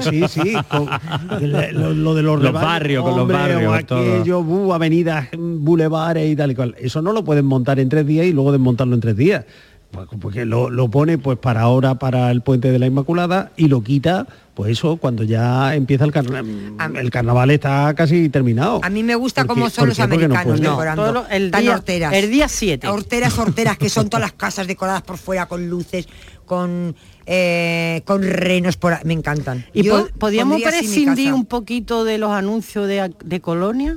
Speaker 5: sí, sí. con- lo, lo de los,
Speaker 6: Los
Speaker 5: rebaños,
Speaker 6: barrios, con los
Speaker 5: hombre, o
Speaker 6: barrios, todo.
Speaker 5: Aquello, bu, avenidas, mm, bulevares y tal y cual. Eso no lo pueden montar en tres días y luego desmontarlo en tres días. Pues, Porque lo, lo pone pues para ahora, para el puente de la Inmaculada y lo quita, pues eso, cuando ya empieza el carnaval. El carnaval está casi terminado.
Speaker 8: A mí me gusta
Speaker 5: Porque-
Speaker 8: cómo son los
Speaker 5: porque- porque no
Speaker 8: americanos
Speaker 5: puede.
Speaker 8: decorando.
Speaker 5: todo lo- el
Speaker 8: Tan
Speaker 5: día-
Speaker 8: horteras.
Speaker 5: el
Speaker 7: día 7.
Speaker 8: Horteras, horteras, que son todas las casas decoradas por fuera con luces, con eh, con renos por a- Me encantan.
Speaker 7: Y
Speaker 8: Yo
Speaker 7: po- podíamos
Speaker 8: pondría así mi
Speaker 7: prescindir
Speaker 8: casa.
Speaker 7: un poquito de los anuncios de, de Colonia.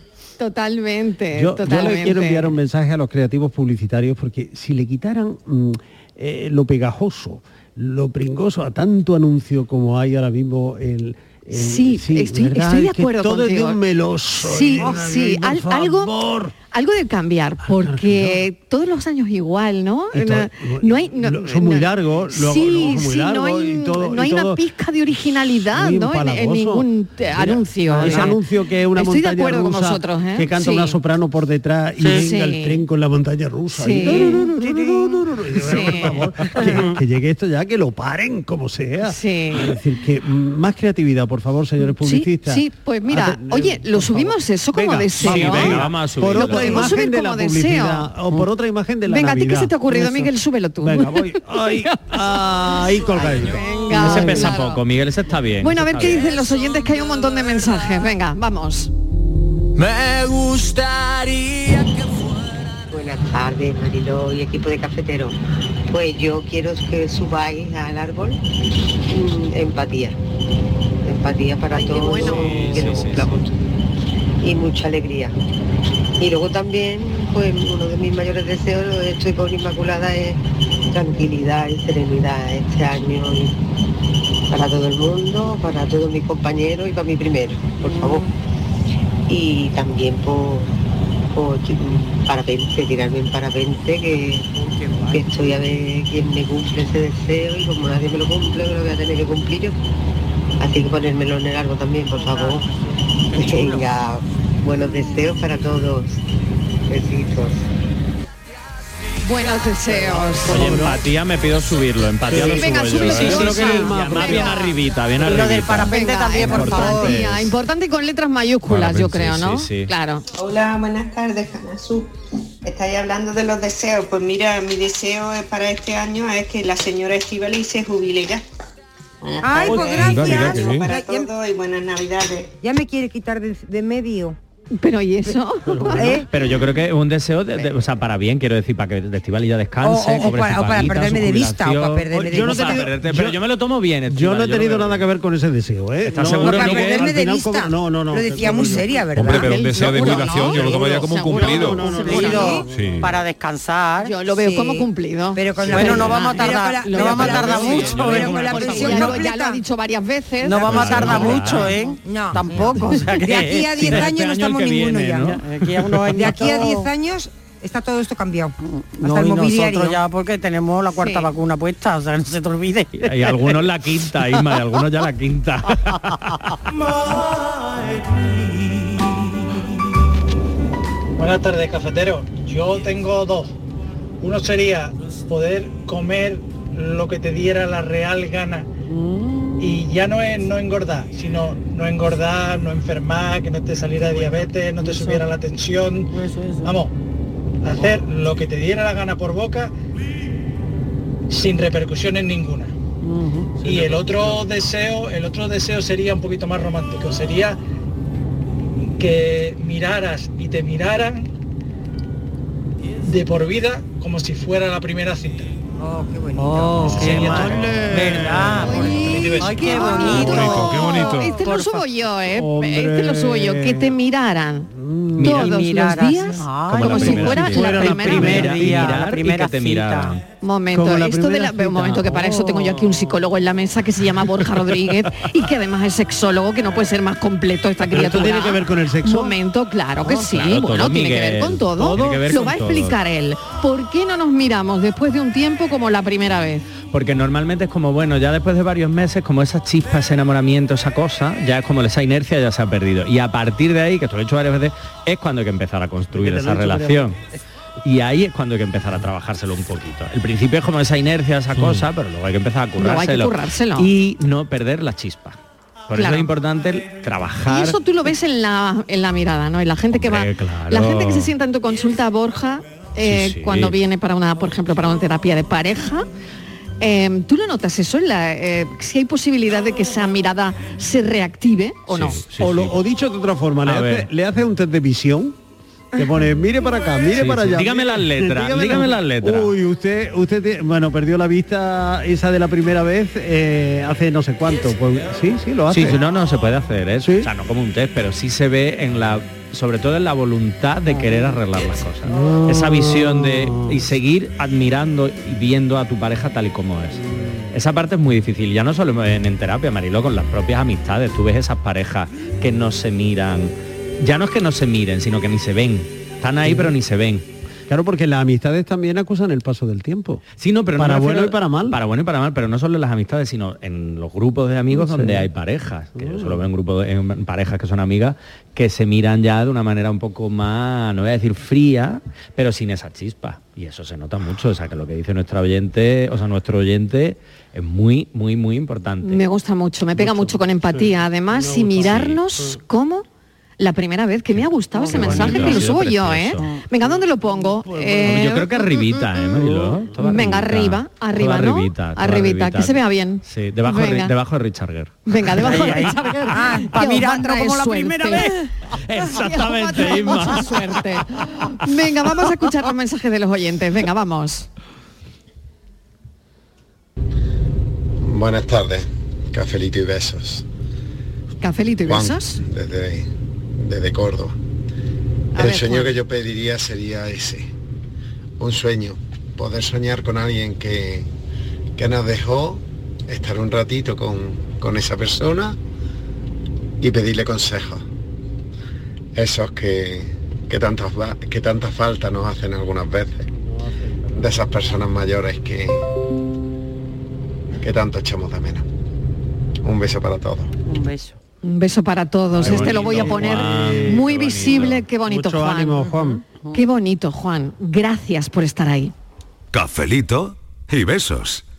Speaker 2: Totalmente,
Speaker 5: Yo, yo
Speaker 2: totalmente.
Speaker 5: le quiero enviar un mensaje a los creativos publicitarios porque si le quitaran mm, eh, lo pegajoso, lo pringoso a tanto anuncio como hay ahora mismo el... el-
Speaker 2: Sí, estoy,
Speaker 5: ¿verdad?
Speaker 2: estoy de
Speaker 5: Que
Speaker 2: acuerdo
Speaker 5: todo es de
Speaker 2: contigo.
Speaker 5: un meloso.
Speaker 2: Sí,
Speaker 5: ¿eh?
Speaker 2: sí,
Speaker 5: Por
Speaker 2: al- algo,
Speaker 5: favor.
Speaker 2: algo de cambiar, porque todos los años igual, ¿no?
Speaker 5: Y todo-
Speaker 2: No, no hay, no-
Speaker 5: Lo- son muy largos, luego-
Speaker 2: sí,
Speaker 5: luego son muy
Speaker 2: sí, no
Speaker 5: largos
Speaker 2: hay,
Speaker 5: y todo-
Speaker 2: no
Speaker 5: y
Speaker 2: hay
Speaker 5: todo-
Speaker 2: una pizca de originalidad,
Speaker 5: muy
Speaker 2: ¿no? En, en
Speaker 5: empalagoso.
Speaker 2: ningún eh,
Speaker 5: Mira, ah,
Speaker 2: anuncio.
Speaker 5: Ese
Speaker 2: ¿no?
Speaker 5: anuncio que es una
Speaker 2: Estoy de
Speaker 5: montaña
Speaker 2: acuerdo con
Speaker 5: rusa,
Speaker 2: vosotros, ¿eh?
Speaker 5: que canta
Speaker 2: Sí.
Speaker 5: una soprano por detrás y
Speaker 2: Sí.
Speaker 5: venga
Speaker 2: Sí.
Speaker 5: el tren con la montaña rusa.
Speaker 2: Sí.
Speaker 5: y- que, que llegue esto ya, que lo paren como sea.
Speaker 2: Mm. Sí.
Speaker 5: Es decir, que mm, más creatividad, por favor, señores
Speaker 2: Sí,
Speaker 5: publicistas.
Speaker 2: sí, pues mira,
Speaker 5: Hace-
Speaker 2: oye, lo subimos eso como
Speaker 5: Venga,
Speaker 2: deseo.
Speaker 5: vamos,
Speaker 6: venga, vamos a subirlo.
Speaker 5: Por
Speaker 6: Lo
Speaker 5: otra
Speaker 6: podemos
Speaker 5: imagen
Speaker 2: subir
Speaker 5: de la
Speaker 2: como deseo.
Speaker 5: publicidad o por otra imagen de la
Speaker 2: Venga, ¿a ti qué
Speaker 5: Navidad.
Speaker 2: se te ha ocurrido,
Speaker 5: Eso.
Speaker 2: Miguel? Súbelo tú.
Speaker 5: Venga, voy. Ay, ahí colgadillo.
Speaker 6: Ese pesa poco, Miguel, ese está bien.
Speaker 2: Bueno, a
Speaker 6: ese
Speaker 2: ver
Speaker 6: está
Speaker 2: qué
Speaker 6: bien.
Speaker 2: dicen los oyentes, que hay un montón de mensajes. Venga, vamos.
Speaker 12: Me gustaría que
Speaker 14: Buenas tardes, Mariló y equipo de cafetero. Pues yo quiero que subáis al árbol mm, empatía. Empatía para todos que lo cumplamos. Y mucha alegría. Y luego también, pues uno de mis mayores deseos, lo estoy con Inmaculada, es tranquilidad y serenidad este año y para todo el mundo, para todos mis compañeros y para mí primero, por favor. Y también por o mm, parapente, tirarme en parapente, que, que estoy a ver quién me cumple ese deseo y como nadie me lo cumple, me lo voy a tener que cumplir yo. Así que ponérmelo en el árbol también, por favor. Venga, buenos deseos para todos. Besitos.
Speaker 2: Buenos deseos.
Speaker 6: Oye, empatía me pido subirlo, empatía
Speaker 2: Sí,
Speaker 6: lo
Speaker 2: venga,
Speaker 6: subo
Speaker 2: súbelo,
Speaker 6: yo, ¿eh?
Speaker 2: sí,
Speaker 6: Yo creo
Speaker 2: sí,
Speaker 6: que
Speaker 2: sí.
Speaker 6: más
Speaker 2: Venga.
Speaker 6: bien arribita, bien
Speaker 2: Lo
Speaker 6: arribita.
Speaker 2: del parapente también, por favor. Importante con letras mayúsculas, yo
Speaker 6: Parapente,
Speaker 2: creo,
Speaker 6: sí,
Speaker 2: ¿no?
Speaker 6: sí, sí.
Speaker 2: Claro.
Speaker 15: Hola, Ah, buenas tardes, Janasú. Estáis hablando de los deseos. Pues mira, mi deseo es para este año es que la señora Estivali se jubile ya. Buenas
Speaker 8: Ay, pues
Speaker 15: tardes.
Speaker 8: gracias. Mira, mira,
Speaker 15: Saludos
Speaker 8: que
Speaker 15: Para
Speaker 8: bien.
Speaker 15: todos y buenas navidades.
Speaker 8: Ya me quiere quitar de, de medio.
Speaker 2: Pero ¿y eso?
Speaker 8: ¿Eh?
Speaker 6: Pero yo creo que es un deseo, de- de- o sea, para bien, quiero decir, para que Estival ya descanse.
Speaker 8: O- o- o
Speaker 6: cobre
Speaker 8: para-
Speaker 6: su
Speaker 8: o para
Speaker 6: paguita,
Speaker 8: perderme
Speaker 6: su
Speaker 8: de vista, o para
Speaker 6: jubilación.
Speaker 8: perderme de
Speaker 6: Yo no he
Speaker 8: vista.
Speaker 6: tenido- pero yo me lo tomo bien,
Speaker 5: Yo
Speaker 6: Estíbaliz,
Speaker 5: no he tenido
Speaker 6: lo veo
Speaker 5: nada que ver con ese deseo, ¿eh?
Speaker 6: ¿Estás seguro,
Speaker 5: para
Speaker 6: Quique?
Speaker 5: perderme
Speaker 8: Al
Speaker 5: de
Speaker 8: final,
Speaker 5: vista.
Speaker 8: como- no, no, no. Lo decía muy seria, ¿verdad?
Speaker 10: Hombre, pero un deseo de jubilación yo lo tomaría como un cumplido.
Speaker 7: Cumplido,
Speaker 10: Sí.
Speaker 7: para descansar.
Speaker 2: Yo lo veo como cumplido.
Speaker 8: Pero
Speaker 7: con la- Bueno, no vamos a
Speaker 2: Pero
Speaker 7: tardar-
Speaker 2: con la-
Speaker 7: no
Speaker 2: pero
Speaker 7: vamos
Speaker 2: con
Speaker 7: a
Speaker 2: la-
Speaker 7: tardar
Speaker 2: sí,
Speaker 7: mucho,
Speaker 2: yo creo
Speaker 7: ¿eh?
Speaker 2: que
Speaker 7: Con la
Speaker 2: porque
Speaker 7: presión
Speaker 2: ya lo-
Speaker 7: completa.
Speaker 2: Ya lo ha dicho varias veces.
Speaker 7: No vamos a tardar mucho, ¿eh?
Speaker 8: No.
Speaker 7: Tampoco. o sea que-
Speaker 8: De aquí a 10 años
Speaker 6: este
Speaker 8: no estamos ninguno ya.
Speaker 7: De aquí a unos años
Speaker 8: De aquí a
Speaker 7: todo-
Speaker 8: 10 años está todo esto cambiado.
Speaker 7: No,
Speaker 8: Hasta el
Speaker 7: y
Speaker 8: mobiliario.
Speaker 7: nosotros ya porque tenemos la cuarta
Speaker 8: Sí.
Speaker 7: vacuna puesta, o sea, no se te olvide.
Speaker 6: Y algunos la quinta, Isma, y algunos ya la quinta.
Speaker 22: Buenas tardes, cafetero. Yo tengo dos. Uno sería poder comer lo que te diera la real gana. Y ya no es no engordar, sino no engordar, no enfermar, que no te saliera diabetes, no te subiera la tensión. Vamos, hacer lo que te diera la gana por boca sin repercusiones ninguna. Y el otro deseo, el otro deseo sería un poquito más romántico, sería que miraras y te miraran de por vida como si fuera la primera cita.
Speaker 8: Oh, qué bonito.
Speaker 7: Oh, qué mal. ¿Verdad? Ay, qué bonito.
Speaker 10: Qué bonito.
Speaker 2: Este lo subo yo, ¿eh? Este lo subo yo. Que te miraran
Speaker 5: Mm.
Speaker 6: Mira,
Speaker 2: todos
Speaker 6: miraras.
Speaker 2: los días
Speaker 6: Como
Speaker 2: como
Speaker 6: la
Speaker 2: si
Speaker 6: primera
Speaker 2: fuera
Speaker 6: cita.
Speaker 2: la
Speaker 6: Fuera la
Speaker 2: primera
Speaker 6: primera
Speaker 2: vez.
Speaker 6: día, la primera cita.
Speaker 2: Momento,
Speaker 6: Como la
Speaker 2: esto de
Speaker 6: primera
Speaker 2: la,
Speaker 6: cita.
Speaker 2: un momento que para eso tengo yo aquí un psicólogo en la mesa que se llama Borja Rodríguez y que además es sexólogo, que no puede ser más completo esta
Speaker 5: Pero
Speaker 2: criatura.
Speaker 5: esto tiene que ver con el sexo.
Speaker 2: Momento, claro que
Speaker 5: Ah,
Speaker 2: sí,
Speaker 5: claro,
Speaker 2: bueno,
Speaker 5: todo,
Speaker 2: tiene que
Speaker 5: Miguel,
Speaker 2: ver con todo.
Speaker 5: tiene que ver
Speaker 2: Lo
Speaker 5: con
Speaker 2: va a
Speaker 5: todo.
Speaker 2: explicar él. ¿Por qué no nos miramos después de un tiempo como la primera vez?
Speaker 6: Porque normalmente es como, bueno, ya después de varios meses, como esas chispas, ese enamoramiento, esa cosa, ya es como esa inercia ya se ha perdido. Y a partir de ahí, que esto lo he hecho varias veces, es cuando hay que empezar a construir
Speaker 23: te lo he
Speaker 6: esa
Speaker 23: hecho varias
Speaker 6: relación. Y ahí es cuando hay que empezar a trabajárselo un poquito. El principio es como esa inercia, esa cosa, pero luego hay que empezar a
Speaker 2: Mm. Luego hay que
Speaker 6: currárselo.
Speaker 2: currárselo.
Speaker 6: Y no perder la chispa. Por eso
Speaker 2: Claro.
Speaker 6: es importante el
Speaker 2: Y
Speaker 6: trabajar.
Speaker 2: eso tú lo ves en la, en la mirada, ¿no? En la gente
Speaker 6: Hombre,
Speaker 2: que va,
Speaker 6: claro.
Speaker 2: la gente que se sienta en tu consulta, Borja, eh,
Speaker 6: sí.
Speaker 2: cuando viene para una, por ejemplo, para una terapia de pareja. eh, ¿Tú lo notas eso? En la, eh, si hay posibilidad de que esa mirada se reactive o no.
Speaker 5: o, lo- o dicho de otra forma, le
Speaker 6: A
Speaker 5: hace,
Speaker 6: ver.
Speaker 5: le hace un test de visión. Te pone, mire para acá, mire
Speaker 6: Sí,
Speaker 5: para
Speaker 6: sí.
Speaker 5: allá.
Speaker 6: Dígame
Speaker 5: mire-
Speaker 6: las letras, dígame las letras.
Speaker 5: Uy, usted, usted te- bueno, perdió la vista esa de la primera vez eh, hace no sé cuánto. Pues sí, sí, lo hace.
Speaker 6: Sí, sí, no, no se puede hacer, ¿eh? O sea, no como un test, pero sí se ve en la, sobre todo en la voluntad de querer arreglar las cosas. Esa visión de y seguir admirando y viendo a tu pareja tal y como es. Esa parte es muy difícil, ya no solo en, en terapia, Marilo, con las propias amistades. Tú ves esas parejas que no se miran. Ya no es que no se miren, sino que ni se ven. Están ahí pero ni se ven.
Speaker 5: Claro, porque las amistades también acusan el paso del tiempo.
Speaker 6: Sí, no, pero no
Speaker 5: Para
Speaker 6: me refiero-
Speaker 5: bueno y para mal.
Speaker 6: Para bueno y para mal, pero no solo en las amistades, sino en los grupos de amigos
Speaker 5: Sí. Mm.
Speaker 6: donde hay parejas. Que yo solo veo en grupos de- en parejas que son amigas que se miran ya de una manera un poco más, no voy a decir fría, pero sin esa chispa. Y eso se nota mucho. O sea que lo que dice nuestra oyente, o sea, nuestro oyente es muy, muy, muy importante.
Speaker 2: Me gusta mucho, me pega mucho, con empatía. Además, y mirarnos como la primera vez que me ha gustado ese
Speaker 6: qué
Speaker 2: mensaje
Speaker 6: bonito,
Speaker 2: que lo
Speaker 6: ha sido
Speaker 2: subo yo, ¿eh?
Speaker 6: precioso. Pues,
Speaker 2: Venga, ¿dónde lo pongo? Eh,
Speaker 6: Yo creo que arribita, ¿eh, Mariló? Toda
Speaker 2: Venga, arriba, arriba,
Speaker 6: Toda
Speaker 2: ¿no?
Speaker 6: arribita, toda
Speaker 2: Arribita, que se vea bien.
Speaker 6: Sí, debajo, de-
Speaker 2: Venga.
Speaker 6: debajo de Richard Gere.
Speaker 2: Venga, debajo de
Speaker 6: Ahí, Ah, ahí.
Speaker 2: Richard Gere.
Speaker 7: pa'
Speaker 2: Que os va a
Speaker 7: Miranda
Speaker 2: traer
Speaker 7: como la primera
Speaker 2: suerte.
Speaker 7: vez.
Speaker 6: Exactamente,
Speaker 2: Que os va a traer
Speaker 6: Isma.
Speaker 2: mucha suerte. Venga, vamos a escuchar los mensajes de los oyentes. Venga, vamos.
Speaker 24: Buenas tardes, cafelito y besos.
Speaker 2: Cafelito y
Speaker 24: Juan,
Speaker 2: besos.
Speaker 24: Desde, desde Córdoba.
Speaker 2: A
Speaker 24: el
Speaker 2: ver,
Speaker 24: sueño
Speaker 2: Juan.
Speaker 24: que yo pediría sería ese. Un sueño. Poder soñar con alguien que, que nos dejó, estar un ratito con, con esa persona y pedirle consejos. Esos que, que, tantas va- que tanta falta nos hacen algunas veces, de esas personas mayores que, que tanto echamos de menos. Un beso para todos.
Speaker 7: Un beso.
Speaker 2: Un beso para todos.
Speaker 24: Qué
Speaker 2: este lo voy a
Speaker 24: bonito,
Speaker 2: poner
Speaker 24: Juan,
Speaker 2: muy
Speaker 24: qué
Speaker 2: visible. Qué bonito,
Speaker 25: Mucho
Speaker 2: Juan.
Speaker 25: ánimo, Juan.
Speaker 2: Qué bonito, Juan. Gracias por estar ahí.
Speaker 26: Cafelito y besos.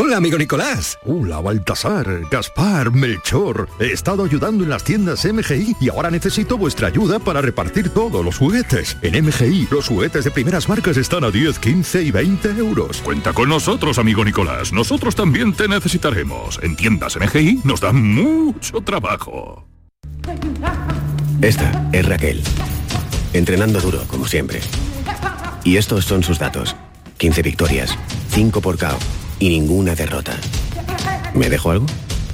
Speaker 1: Hola, amigo Nicolás. Hola, Baltasar, Gaspar, Melchor. He estado ayudando en las tiendas MGI y ahora necesito vuestra ayuda para repartir todos los juguetes. En MGI, los juguetes de primeras marcas están a 10, 15 y 20 euros.
Speaker 27: Cuenta con nosotros, amigo Nicolás. Nosotros también te necesitaremos. En tiendas MGI nos da mucho trabajo.
Speaker 28: Esta es Raquel. Entrenando duro, como siempre. Y estos son sus datos. 15 victorias, 5 por KO y ninguna derrota. ¿Me dejo algo?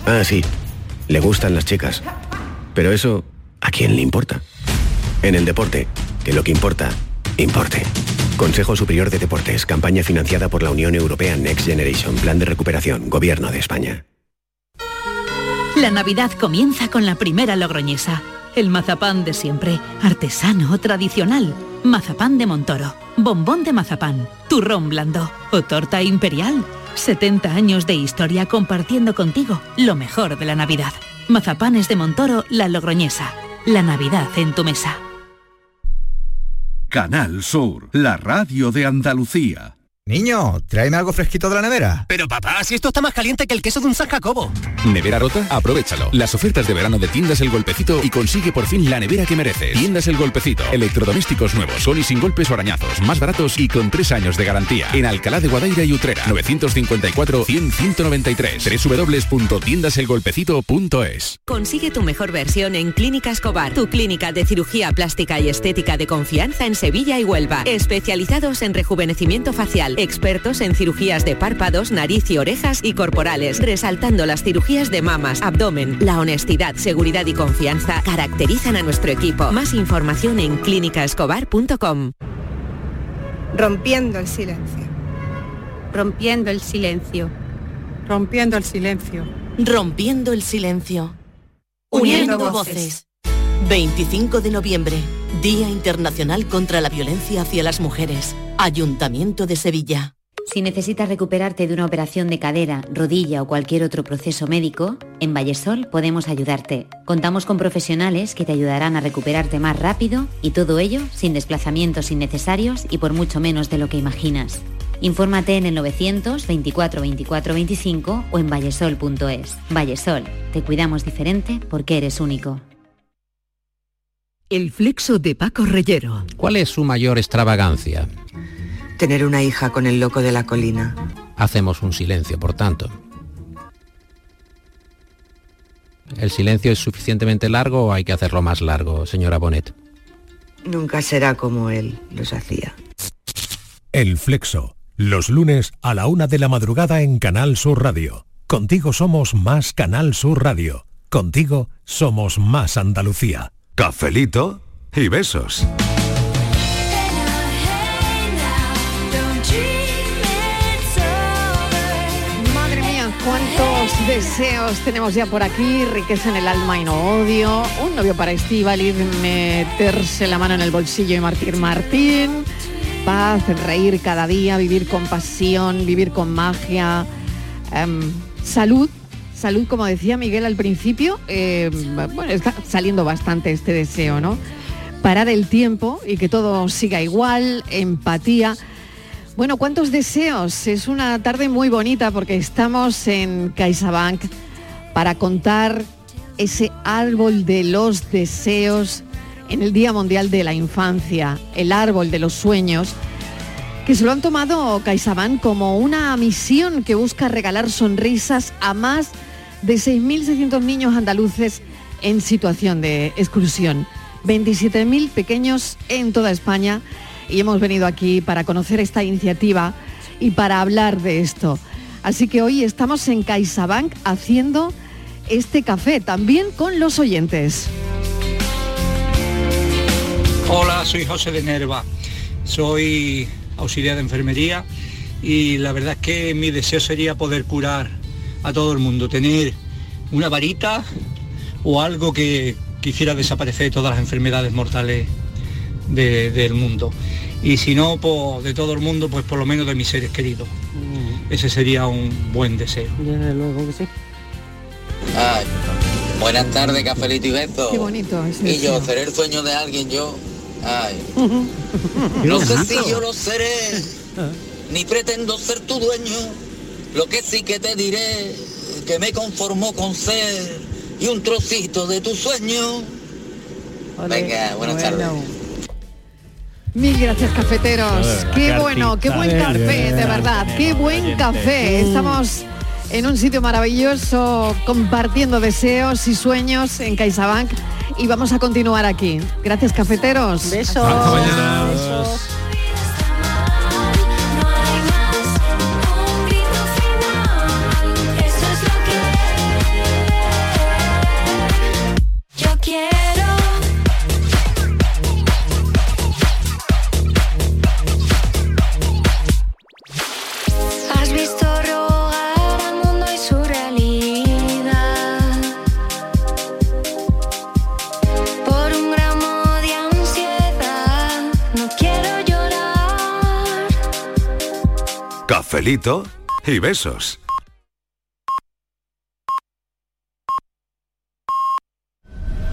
Speaker 28: Ah, sí. Le gustan las chicas. Pero eso, ¿a quién le importa? En el deporte, que lo que importa, importe. Consejo Superior de Deportes, campaña financiada por la Unión Europea Next Generation, Plan de Recuperación, Gobierno de España.
Speaker 19: La Navidad comienza con la primera logroñesa. El mazapán de siempre, artesano, tradicional. Mazapán de Montoro, bombón de mazapán, turrón blando o torta imperial. 70 años de historia compartiendo contigo lo mejor de la Navidad. Mazapanes de Montoro, la logroñesa. La Navidad en tu mesa.
Speaker 29: Canal Sur, la radio de Andalucía.
Speaker 30: Niño, tráeme algo fresquito de la nevera.
Speaker 5: Pero papá, si esto está más caliente que el queso de un San Jacobo.
Speaker 31: ¿Nevera rota? Aprovechalo. Las ofertas de verano de Tiendas El Golpecito y consigue por fin la nevera que mereces. Tiendas El Golpecito. Electrodomésticos nuevos, con y sin golpes o arañazos, más baratos y con tres años de garantía. En Alcalá de Guadaira y Utrera. 954-100-193. www.tiendaselgolpecito.es
Speaker 32: Consigue tu mejor versión en Clínica Escobar, tu clínica de cirugía plástica y estética de confianza en Sevilla y Huelva. Especializados en rejuvenecimiento facial, expertos en cirugías de párpados, nariz y orejas y corporales, resaltando las cirugías de mamas, abdomen. La honestidad, seguridad y confianza caracterizan a nuestro equipo. Más información en clínicaescobar.com.
Speaker 15: Rompiendo el silencio. Rompiendo el silencio. Rompiendo el silencio.
Speaker 33: Rompiendo el silencio.
Speaker 15: Uniendo
Speaker 33: Uniendo voces. 25 de noviembre, Día Internacional contra la Violencia hacia las Mujeres. Ayuntamiento de Sevilla.
Speaker 34: Si necesitas recuperarte de una operación de cadera, rodilla o cualquier otro proceso médico, en Vallesol podemos ayudarte. Contamos con profesionales que te ayudarán a recuperarte más rápido y todo ello sin desplazamientos innecesarios y por mucho menos de lo que imaginas. Infórmate en el 900 24 24 25 o en vallesol.es. Vallesol, te cuidamos diferente porque eres único.
Speaker 19: El flexo de Paco Reyero.
Speaker 6: ¿Cuál es su mayor extravagancia?
Speaker 8: Tener una hija con el loco de la colina.
Speaker 6: Hacemos un silencio, por tanto. ¿El silencio es suficientemente largo o hay que hacerlo más largo, señora Bonet?
Speaker 8: Nunca será como él los hacía.
Speaker 26: El Flexo. Los lunes a la una de la madrugada en Canal Sur Radio. Contigo somos más Canal Sur Radio. Contigo somos más Andalucía. Cafelito y besos.
Speaker 2: Madre mía, cuántos deseos tenemos ya por aquí. Riqueza en el alma y no odio. Un novio para Estíbaliz, meterse la mano en el bolsillo y Martín Martín. Paz, reír cada día, vivir con pasión, vivir con magia. Em, salud, salud, como decía Miguel al principio. eh, bueno, está saliendo bastante este deseo, ¿no? Parar el tiempo y que todo siga igual, empatía. Bueno, ¿cuántos deseos? Es una tarde muy bonita porque estamos en CaixaBank para contar ese árbol de los deseos en el Día Mundial de la Infancia, el árbol de los sueños, que se lo han tomado CaixaBank como una misión que busca regalar sonrisas a más de 6.600 niños andaluces en situación de exclusión. 27.000 pequeños en toda España y hemos venido aquí para conocer esta iniciativa y para hablar de esto. Así que hoy estamos en CaixaBank haciendo este café también con los oyentes.
Speaker 35: Hola, soy José de Nerva, soy auxiliar de enfermería y la verdad es que mi deseo sería poder curar a todo el mundo, tener una varita o algo que quisiera desaparecer de todas las enfermedades mortales de- del mundo. Y si no, pues, de todo el mundo, pues por lo menos de mis seres queridos. Ese sería un buen deseo.
Speaker 36: Desde luego que sí.
Speaker 37: Ay, Ah, buenas tardes, cafelito y beso.
Speaker 2: Qué bonito es
Speaker 37: Y yo
Speaker 2: eso.
Speaker 37: seré el sueño de alguien, yo. Ay. No sé si yo lo seré, ni pretendo ser tu dueño. Lo que sí que te diré, que me conformo con ser y un trocito de tu sueño. Venga, buenas tardes.
Speaker 2: Mil gracias cafeteros.
Speaker 37: Joder, la
Speaker 2: qué
Speaker 37: cartita.
Speaker 2: bueno, qué buen
Speaker 37: Eh,
Speaker 2: café, de
Speaker 37: eh,
Speaker 2: verdad.
Speaker 37: tenemos
Speaker 2: Qué buen
Speaker 37: oyentes.
Speaker 2: café.
Speaker 37: Mm.
Speaker 2: Estamos en un sitio maravilloso compartiendo deseos y sueños en CaixaBank y vamos a continuar aquí. Gracias cafeteros. Besos.
Speaker 3: Eso es lo que yo quiero. Has visto rogar al mundo y su realidad por un gramo de ansiedad. No quiero llorar. Cafelito y besos.